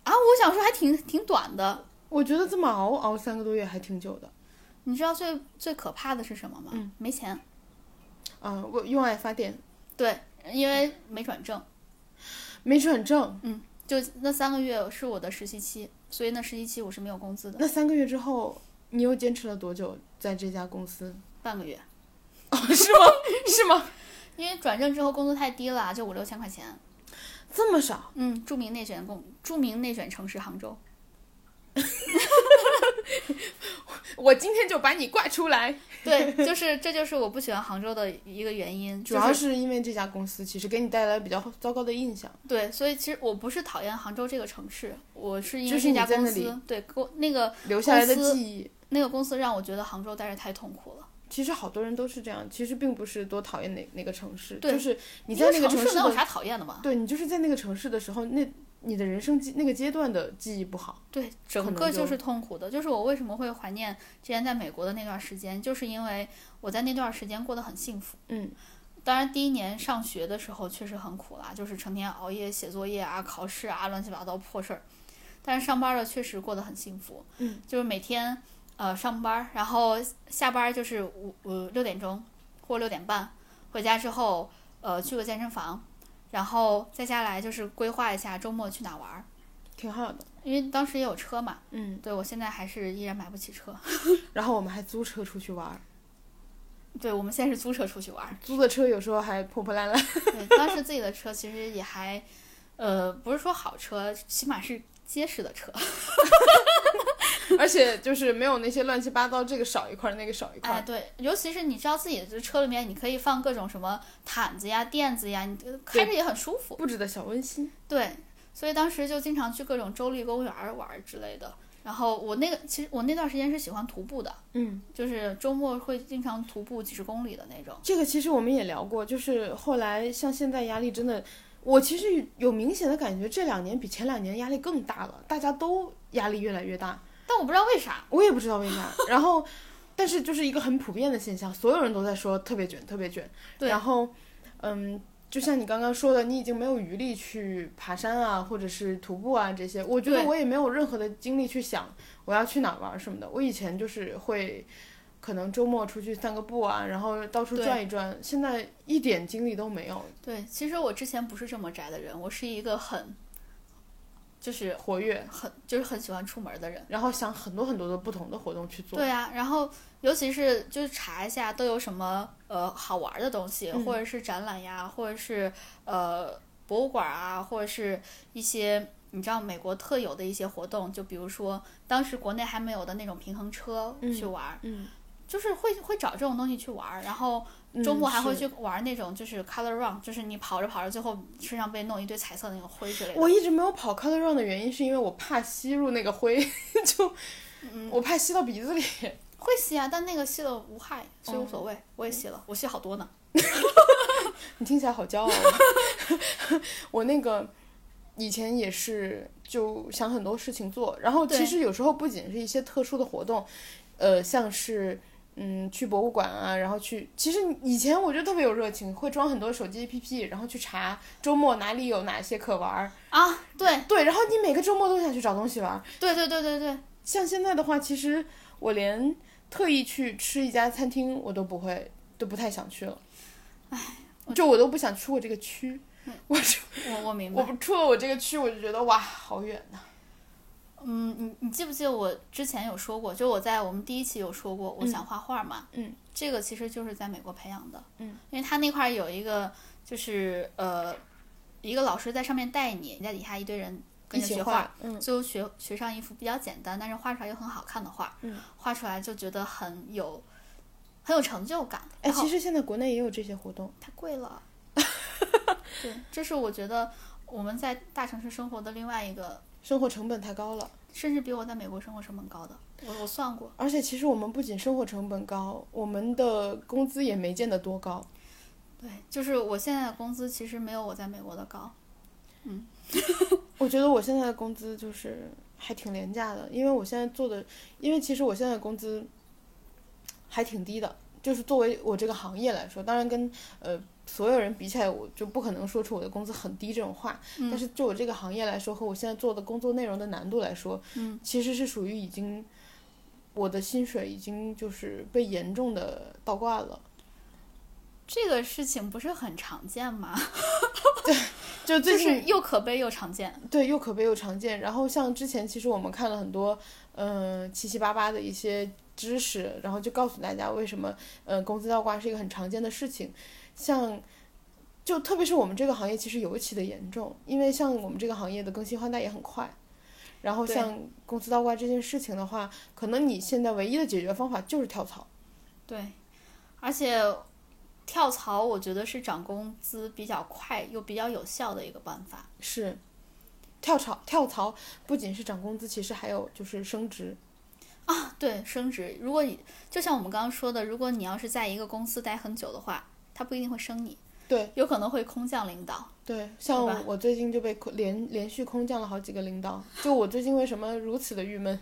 B: 啊，我想说还挺挺短的。
A: 我觉得这么熬熬三个多月还挺久的。
B: 你知道最最可怕的是什么吗？
A: 嗯
B: 没钱。
A: 啊、我用爱发电，
B: 对，因为没转正。
A: 没转正。
B: 就那三个月是我的实习期，所以那实习期我是没有工资的，
A: 那三个月之后，你又坚持了多久在这家公司？
B: 半个月。
A: 哦，是吗？是吗？
B: 因为转正之后工资太低了，就五六千块钱。
A: 这么少？
B: 嗯，著名内卷工，著名内卷城市杭州。
A: 我今天就把你挂出来。
B: 对，就是这就是我不喜欢杭州的一个原因，
A: 主
B: 就
A: 要
B: 是
A: 是因为这家公司其实给你带来比较糟糕的印象。
B: 对，所以其实我不是讨厌杭州这个城市，我是因
A: 就
B: 为
A: 是
B: 这家
A: 你在
B: 公
A: 那
B: 司，对，公那个
A: 留下来的
B: 呃公司
A: 记忆。
B: 那个公司让我觉得杭州待着太痛苦了。
A: 其实好多人都是这样，其实并不是多讨厌哪哪个城市，
B: 对
A: 就是你在那
B: 一
A: 个
B: 城
A: 市
B: 能有
A: 的，
B: 啥讨厌的嘛？
A: 对你就是在那个城市的时候，那你的人生记那个阶段的记忆不好，
B: 对，整
A: 能
B: 个
A: 就
B: 就是痛苦的。就是我为什么会怀念之前在美国的那段时间，就是因为我在那段时间过得很幸福。
A: 嗯，
B: 当然，第一年上学的时候确实很苦啦，就是成天熬夜写作业啊、考试啊、乱七八糟破事儿。但是上班了确实过得很幸福，
A: 嗯，
B: 就是每天呃上班儿，然后下班儿就是五五六点钟或六点半回家之后，呃去个健身房，然后再下来就是规划一下周末去哪玩儿，
A: 挺好的。
B: 因为当时也有车嘛，
A: 嗯，
B: 对我现在还是依然买不起车。
A: 然后我们还租车出去玩儿，
B: 对我们现在是租车出去 玩儿，
A: 租的车有时候还破破烂 烂。
B: 对，当时自己的车其实也还，呃，不是说好车，起码是结实的车。
A: 而且就是没有那些乱七八糟，这个少一块儿，那个少一块
B: 哎，
A: 儿。
B: 对，尤其是你知道自己的车里面，你可以放各种什么毯子呀、垫子呀，你呃开着也很舒服。
A: 布置的小温馨，
B: 对，所以当时就经常去各种州立公园儿玩儿之类的。然后我那个其实我那段时间是喜欢徒步的，
A: 嗯，
B: 就是周末会经常徒步几十公里的那种。
A: 这个其实我们也聊过，就是后来像现在压力真的，我其实有明显的感觉，这两年比前两年压力更大了，大家都压力越来越大，
B: 但我不知道为啥，
A: 我也不知道为啥。 然后，但是就是一个很普遍的现象，所有人都在说特别卷，特别卷。
B: 对
A: 然后，嗯，就像你刚刚说的，你已经没有余力去爬山啊，或者是徒步啊这些。我觉得
B: 对
A: 我也没有任何的精力去想我要去哪儿玩儿什么的。我以前就是会。可能周末出去散个步啊，然后到处
B: 对
A: 转一转，现在一点精力都没有，
B: 对，其实我之前不是这么宅的人，我是一个很，就是
A: 活跃，
B: 很就是很喜欢出门的人。
A: 然后想很多很多的不同的活动去做。
B: 对啊，然后尤其是就是查一下都有什么呃好玩儿的东西，
A: 嗯
B: 或者是展览呀，或者是呃博物馆啊，或者是一些你知道美国特有的一些活动，就比如说当时国内还没有的那种平衡车
A: 嗯
B: 去玩儿，
A: 嗯，
B: 就是会会找这种东西去玩儿，然后
A: 嗯
B: 周末还会
A: 是
B: 去玩儿那种就是 color run，就是你跑着跑着最后身上被弄一堆彩色的那种灰之类的。
A: 我一直没有跑 color run 的原因是因为我怕吸入那个灰， 就、
B: 嗯
A: 我怕吸到鼻子里。
B: 会吸啊，但那个吸了无害，所以无所谓。
A: 哦
B: 我也吸了，我吸好多呢。
A: 你听起来好骄傲、哦。啊 我那个以前也是就想很多事情做，然后其
B: 对
A: 实有时候不仅是一些特殊的活动，呃，像是。嗯，去博物馆啊，然后去，其实以前我就特别有热情，会装很多手机 APP，然后去查周末哪里有哪些可玩儿。
B: 啊，对
A: 对，然后你每个周末都想去找东西玩儿，
B: 对对对对对，
A: 像现在的话，其实我连特意去吃一家餐厅，我都不会，都不太想去了。唉，就我都不想出我这个区。我出
B: 嗯我我明
A: 我
B: 白。
A: 不出了我这个区，我就觉得哇，好远呐、
B: 嗯，你你记不记得我之前有说过，就我在我们第一期有说过，我想画画嘛。
A: 嗯，
B: 这个其实就是在美国培养的。
A: 嗯，
B: 因为他那块儿有一个就是呃，一个老师在上面带你，你在底下一堆人跟
A: 一
B: 着
A: 起
B: 学
A: 画，嗯，
B: 最后学学上一幅比较简单，但是画出来又很好看的画。
A: 嗯，
B: 画出来就觉得很有很有成就感。
A: 哎，
B: 然后
A: 其实现在国内也有这些活动。
B: 太贵 了。对，这是我觉得我们在大城市生活的另外一个，
A: 生活成本太高了，
B: 甚至比我在美国生活成本高的。我我算过，
A: 而且其实我们不仅生活成本高，我们的工资也没见得多高。
B: 对，就是我现在的工资其实没有我在美国的高。
A: 我觉得我现在的工资就是还挺廉价的，因为我现在做的，因为其实我现在的工资还挺低的，就是作为我这个行业来说，当然跟呃所有人比起来，我就不可能说出我的工资很低这种话。
B: 嗯
A: 但是就我这个行业来说，和我现在做的工作内容的难度来说，
B: 嗯，
A: 其实是属于已经我的薪水已经就是被严重的倒挂了。
B: 这个事情不是很常见吗？
A: 就最近
B: 就是又可悲又常见。
A: 对，又可悲又常见。然后像之前，其实我们看了很多，嗯、七七八八的一些知识，然后就告诉大家为什么，呃，工资倒挂是一个很常见的事情。像，就特别是我们这个行业，其实尤其的严重，因为像我们这个行业的更新换代也很快。然后
B: 对
A: 像工资倒挂这件事情的话，可能你现在唯一的解决方法就是跳槽。
B: 对，而且跳槽我觉得是涨工资比较快又比较有效的一个办法。
A: 是，跳槽跳槽不仅是涨工资，其实还有就是升职。
B: 啊，对，升职。如果你就像我们刚刚说的，如果你要是在一个公司待很久的话，他不一定会升你，
A: 对，
B: 有可能会空降领导。
A: 对，像
B: 吧
A: 我最近就被空连连续空降了好几个领导。就我最近为什么如此的郁闷，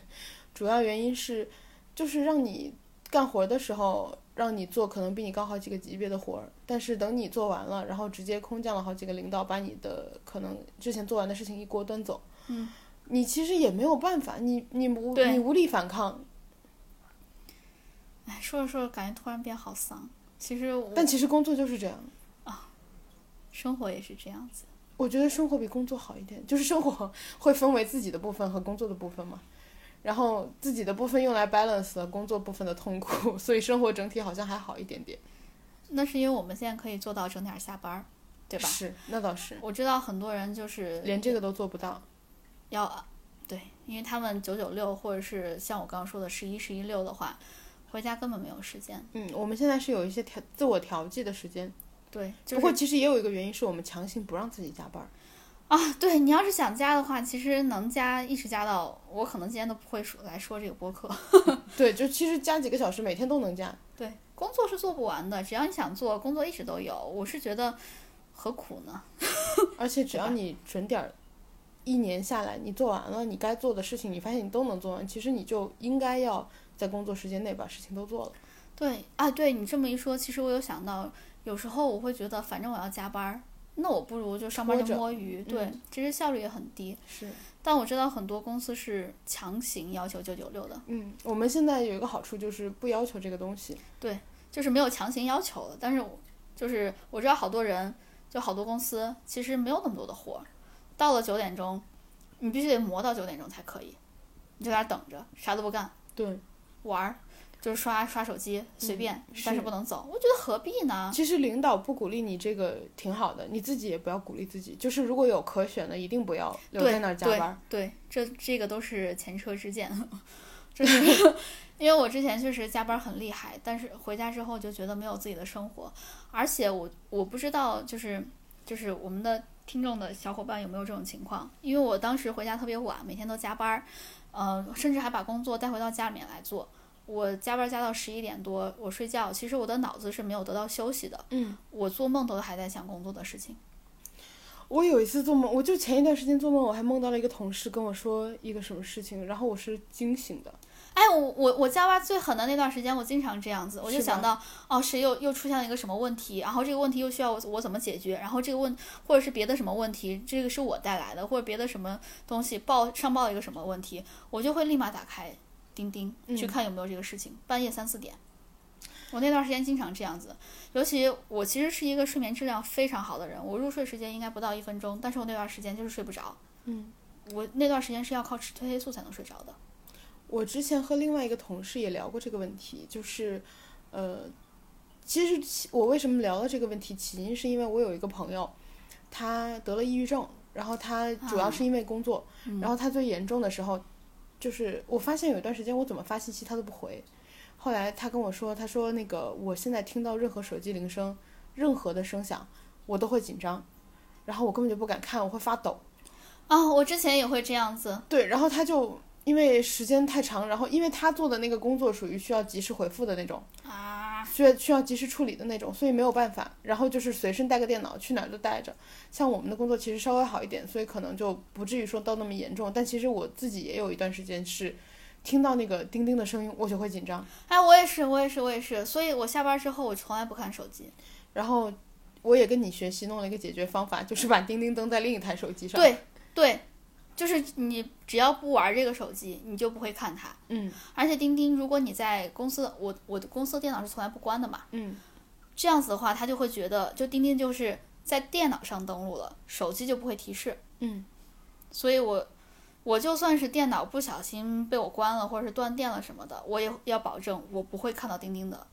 A: 主要原因是，就是让你干活的时候，让你做可能比你高好几个级别的活儿，但是等你做完了，然后直接空降了好几个领导，把你的可能之前做完的事情一锅端走。
B: 嗯，
A: 你其实也没有办法，你你无
B: 对
A: 你无力反抗，
B: 哎，说着说着，感觉突然变好丧。其实我
A: 但其实工作就是这样。
B: 生活也是这样子。
A: 我觉得生活比工作好一点，就是生活 会分为自己的部分和工作的部分嘛，然后自己的部分用来 balance 了工作部分的痛苦， 所以生活整体好像还好一点点，
B: 那是因为我们现在可以做到整点儿下班儿，对吧？
A: 是，那倒是，
B: 我知道很多人就是
A: 连这个都做不到。
B: 要对，因为他们九九六或者是像我刚刚说的十一十一六的话，回家根本没有时间。
A: 嗯，我们现在是有一些调自我调剂的时间，
B: 对，就
A: 不
B: 是
A: 过其实也有一个原因是我们强行不让自己加班儿。
B: 啊，对你要是想加的话，其实能加一直加到我可能今天都不会说来说这个播客。
A: 对，就其实加几个小时，每天都能 加。
B: 对，工作是做不完的，只要你想做，工作一直都有。我是觉得何苦呢？
A: 而且只要你准点儿，一年下来你做完了你该做的事情，你发现你都能做完，其实你就应该要在工作时间内把事情都做了。
B: 对啊，对你这么一说，其实我有想到，有时候我会觉得，反正我要加班儿，那我不如就上班
A: 拖
B: 就
A: 着嗯
B: 摸鱼。对，其实效率也很低。
A: 是，
B: 但我知道很多公司是强行要求九九六的，
A: 嗯，我们现在有一个好处就是不要求这个东西。
B: 就是没有强行要求的。但是我就是我知道好多人，就好多公司其实没有那么多的活儿，到了九点钟，你必须得磨到九点钟才可以，你就在那儿等着，啥都不干，
A: 对，
B: 玩儿，就是刷刷手机，随便，但
A: 是
B: 是不能走。我觉得何必呢？
A: 其实领导不鼓励你这个挺好的，你自己也不要鼓励自己。就是如果有可选的，一定不要留在那儿加班儿。
B: 对，这这个都是前车之鉴， 就是因为我之前确实加班很厉害，但是回家之后就觉得没有自己的生活，而且我我不知道就是就是我们的听众的小伙伴有没有这种情况，因为我当时回家特别晚，每天都加班儿，呃，甚至还把工作带回到家里面来做。我加班加到十一点多，我睡觉，其实我的脑子是没有得到休息的，
A: 嗯，
B: 我做梦都还在想工作的事情。
A: 我有一次做梦，我就前一段时间做梦，我还梦到了一个同事跟我说一个什么事情，然后我是惊醒的。
B: 哎，我我我加班最狠的那段时间，我经常这样子，我就是
A: 吧
B: 想到哦，谁又又出现了一个什么问题，然后这个问题又需要我我怎么解决，然后这个问或者是别的什么问题，这个是我带来的，或者别的什么东西报上报一个什么问题，我就会立马打开钉钉去
A: 嗯
B: 看有没有这个事情，半夜三四点。我那段时间经常这样子，尤其我其实是一个睡眠质量非常好的人，我入睡时间应该不到一分钟，但是我那段时间就是睡不着，
A: 嗯，
B: 我那段时间是要靠吃褪黑素才能睡着的。
A: 我之前和另外一个同事也聊过这个问题，就是，呃，其实起我为什么聊到这个问题，起因是因为我有一个朋友，他得了抑郁症，然后他主要是因为工作，
B: 嗯
A: 然后他最严重的时候，就是我发现有一段时间我怎么发信息他都不回，后来他跟我说，他说那个我现在听到任何手机铃声，任何的声响，我都会紧张，然后我根本就不敢看，我会发抖。
B: 啊、我之前也会这样子，
A: 对，然后他就因为时间太长，然后因为他做的那个工作属于需要及时回复的那种，
B: 啊，
A: 需要需要及时处理的那种，所以没有办法。然后就是随身带个电脑，去哪儿都带着。像我们的工作其实稍微好一点，所以可能就不至于说到那么严重。但其实我自己也有一段时间是。听到那个叮叮的声音，我就会紧张。
B: 哎，我也是，我也是，我也是，所以我下班之后我从来不看手机。
A: 然后，我也跟你学习弄了一个解决方法，就是把叮叮登在另一台手机上。，
B: 对对，就是你只要不玩这个手机，你就不会看它。
A: 嗯
B: 而且钉钉，如果你在公司，我我的公司电脑是从来不关的嘛，
A: 嗯，
B: 这样子的话，它就会觉得，就钉钉就是在电脑上登录了，手机就不会提示。
A: 嗯，
B: 所以我我就算是电脑不小心被我关了，或者是断电了什么的，我也要保证我不会看到钉钉的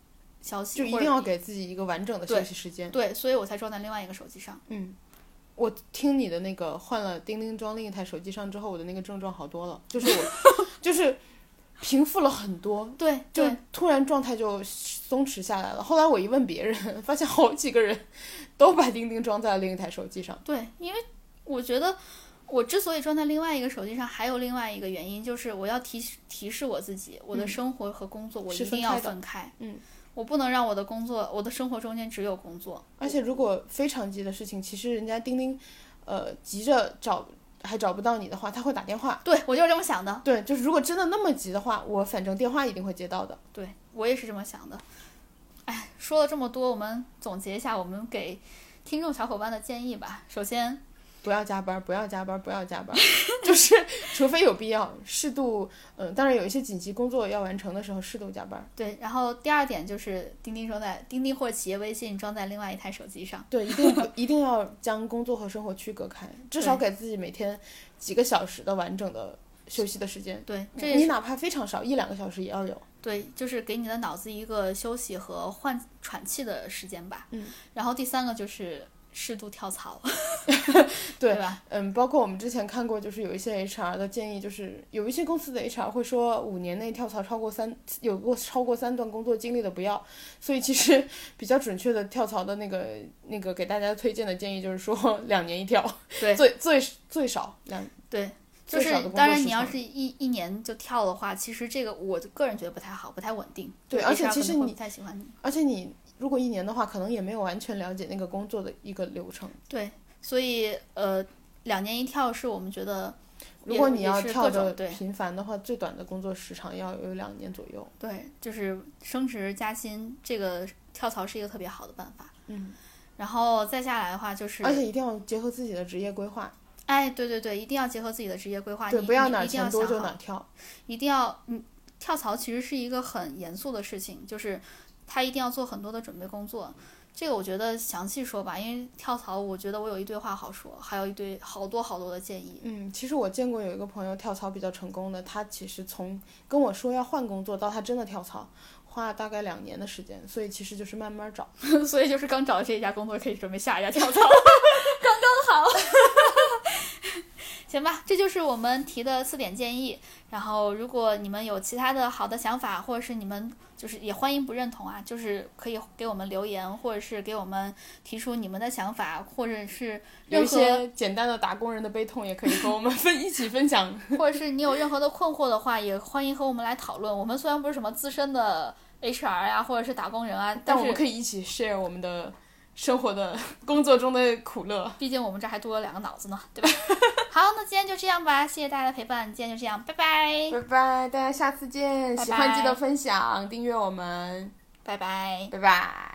B: 消息，
A: 就一
B: 或
A: 定
B: 者
A: 要给自己一个完整的休
B: 对
A: 息时间。
B: 对，所以我才装在另外一个手机上。
A: 嗯，我听你的那个换了钉钉装另一台手机上之后，我的那个症状好多了，就是 我就是平复了很多，
B: 对，
A: 就
B: 对
A: 突然状态就松弛下来了。后来我一问别人，发现好几个人都把钉钉装在了另一台手机上。
B: 对，因为我觉得我之所以装在另外一个手机上，还有另外一个原因，就是我要提示提示我自己，我的
A: 嗯
B: 生活和工作我
A: 是
B: 一
A: 分
B: 定要
A: 开的
B: 分开。
A: 嗯，
B: 我不能让我的工作、我的生活中间只有工作。
A: 而且如果非常急的事情，其实人家钉钉，呃，急着找还找不到你的话，他会打电话。
B: 对我就是这么想的，
A: 对，就是如果真的那么急的话，我反正电话一定会接到的。
B: 对我也是这么想的。哎，说了这么多，我们总结一下我们给听众小伙伴的建议吧。首先，
A: 不要加班，不要加班，不要加班， 就是除非有必要，适度。嗯、当然有一些紧急工作要完成的时候，适度加班。
B: 对，然后第二点就是钉钉装在钉钉或企业微信装在另外一台手机上。
A: 对，一定 一定要将工作和生活区隔开，至少给自己每天几个小时的完整的休息的时间。
B: 对，这也
A: 你
B: 是
A: 哪怕非常少，一两个小时也要有。
B: 对，就是给你的脑子一个休息和换喘气的时间吧。
A: 嗯，
B: 然后第三个就是适度跳槽，
A: 对
B: 吧？
A: 嗯，包括我们之前看过，就是有一些 HR 的建议，就是有一些公司的 HR 会说，五年内跳槽超过三有过超过三段工作经历的不要。所以其实比较准确的跳槽的那个那个给大家推荐的建议就是说，两年一跳，
B: 对
A: 最最最少两
B: 对，就
A: 最
B: 是
A: 少的工
B: 当
A: 作
B: 然
A: 时
B: 你要
A: 长
B: 是一一年就跳的话，其实这个我个人觉得不太好，不太稳定。
A: 对
B: 就
A: 而且
B: HR
A: 其
B: 可
A: 实
B: 能会
A: 你
B: 不太喜欢你。
A: 而且你如果一年的话，可能也没有完全了解那个工作的一个流程。
B: 对，所以呃，两年一跳是我们觉得也，
A: 如果你
B: 也
A: 要
B: 是
A: 跳
B: 各种
A: 的
B: 对
A: 频繁的话，最短的工作时长要有两年左右。
B: 对，就是升职加薪这个跳槽是一个特别好的办法。
A: 嗯，
B: 然后再下来的话就是，
A: 而且一定要结合自己的职业规划，
B: 哎，对对对，一定要结合自己的职业规划，
A: 对，
B: 你
A: 不要
B: 你
A: 哪儿
B: 一定要
A: 钱多
B: 想
A: 就
B: 好
A: 哪儿跳。
B: 一定要，嗯，跳槽其实是一个很严肃的事情，就是他一定要做很多的准备工作。这个我觉得详细说吧，因为跳槽，我觉得我有一堆话好说，还有一堆好多好多的建议。
A: 嗯，其实我见过有一个朋友跳槽比较成功的，他其实从跟我说要换工作到他真的跳槽，花了大概两年的时间，所以其实就是慢慢找。
B: 所以就是刚找到这一家工作，可以准备下一 家跳槽，刚刚好。 行吧，这就是我们提的四点建议。然后，如果你们有其他的好的想法，或者是你们就是也欢迎不认同啊，就是可以给我们留言，或者是给我们提出你们的想法，或者是
A: 有
B: 任
A: 一
B: 何
A: 些简单的打工人的悲痛，也可以和我们 分一起分享。
B: 或者是你有任何的困惑的话，也欢迎和我们来讨论。我们虽然不是什么资深的 HR 啊，或者是打工人啊，
A: 但
B: 但
A: 我们
B: 是
A: 可以一起 share 我们的生活的工作中的苦乐。
B: 毕竟我们这还多了两个脑子呢，对吧？ 好，那今天就这样吧，谢谢大家的陪伴，今天就这样，拜拜，
A: 拜拜，大家下次见！
B: 拜
A: 喜欢记
B: 拜
A: 得分享、订阅我们，
B: 拜拜。
A: 拜拜。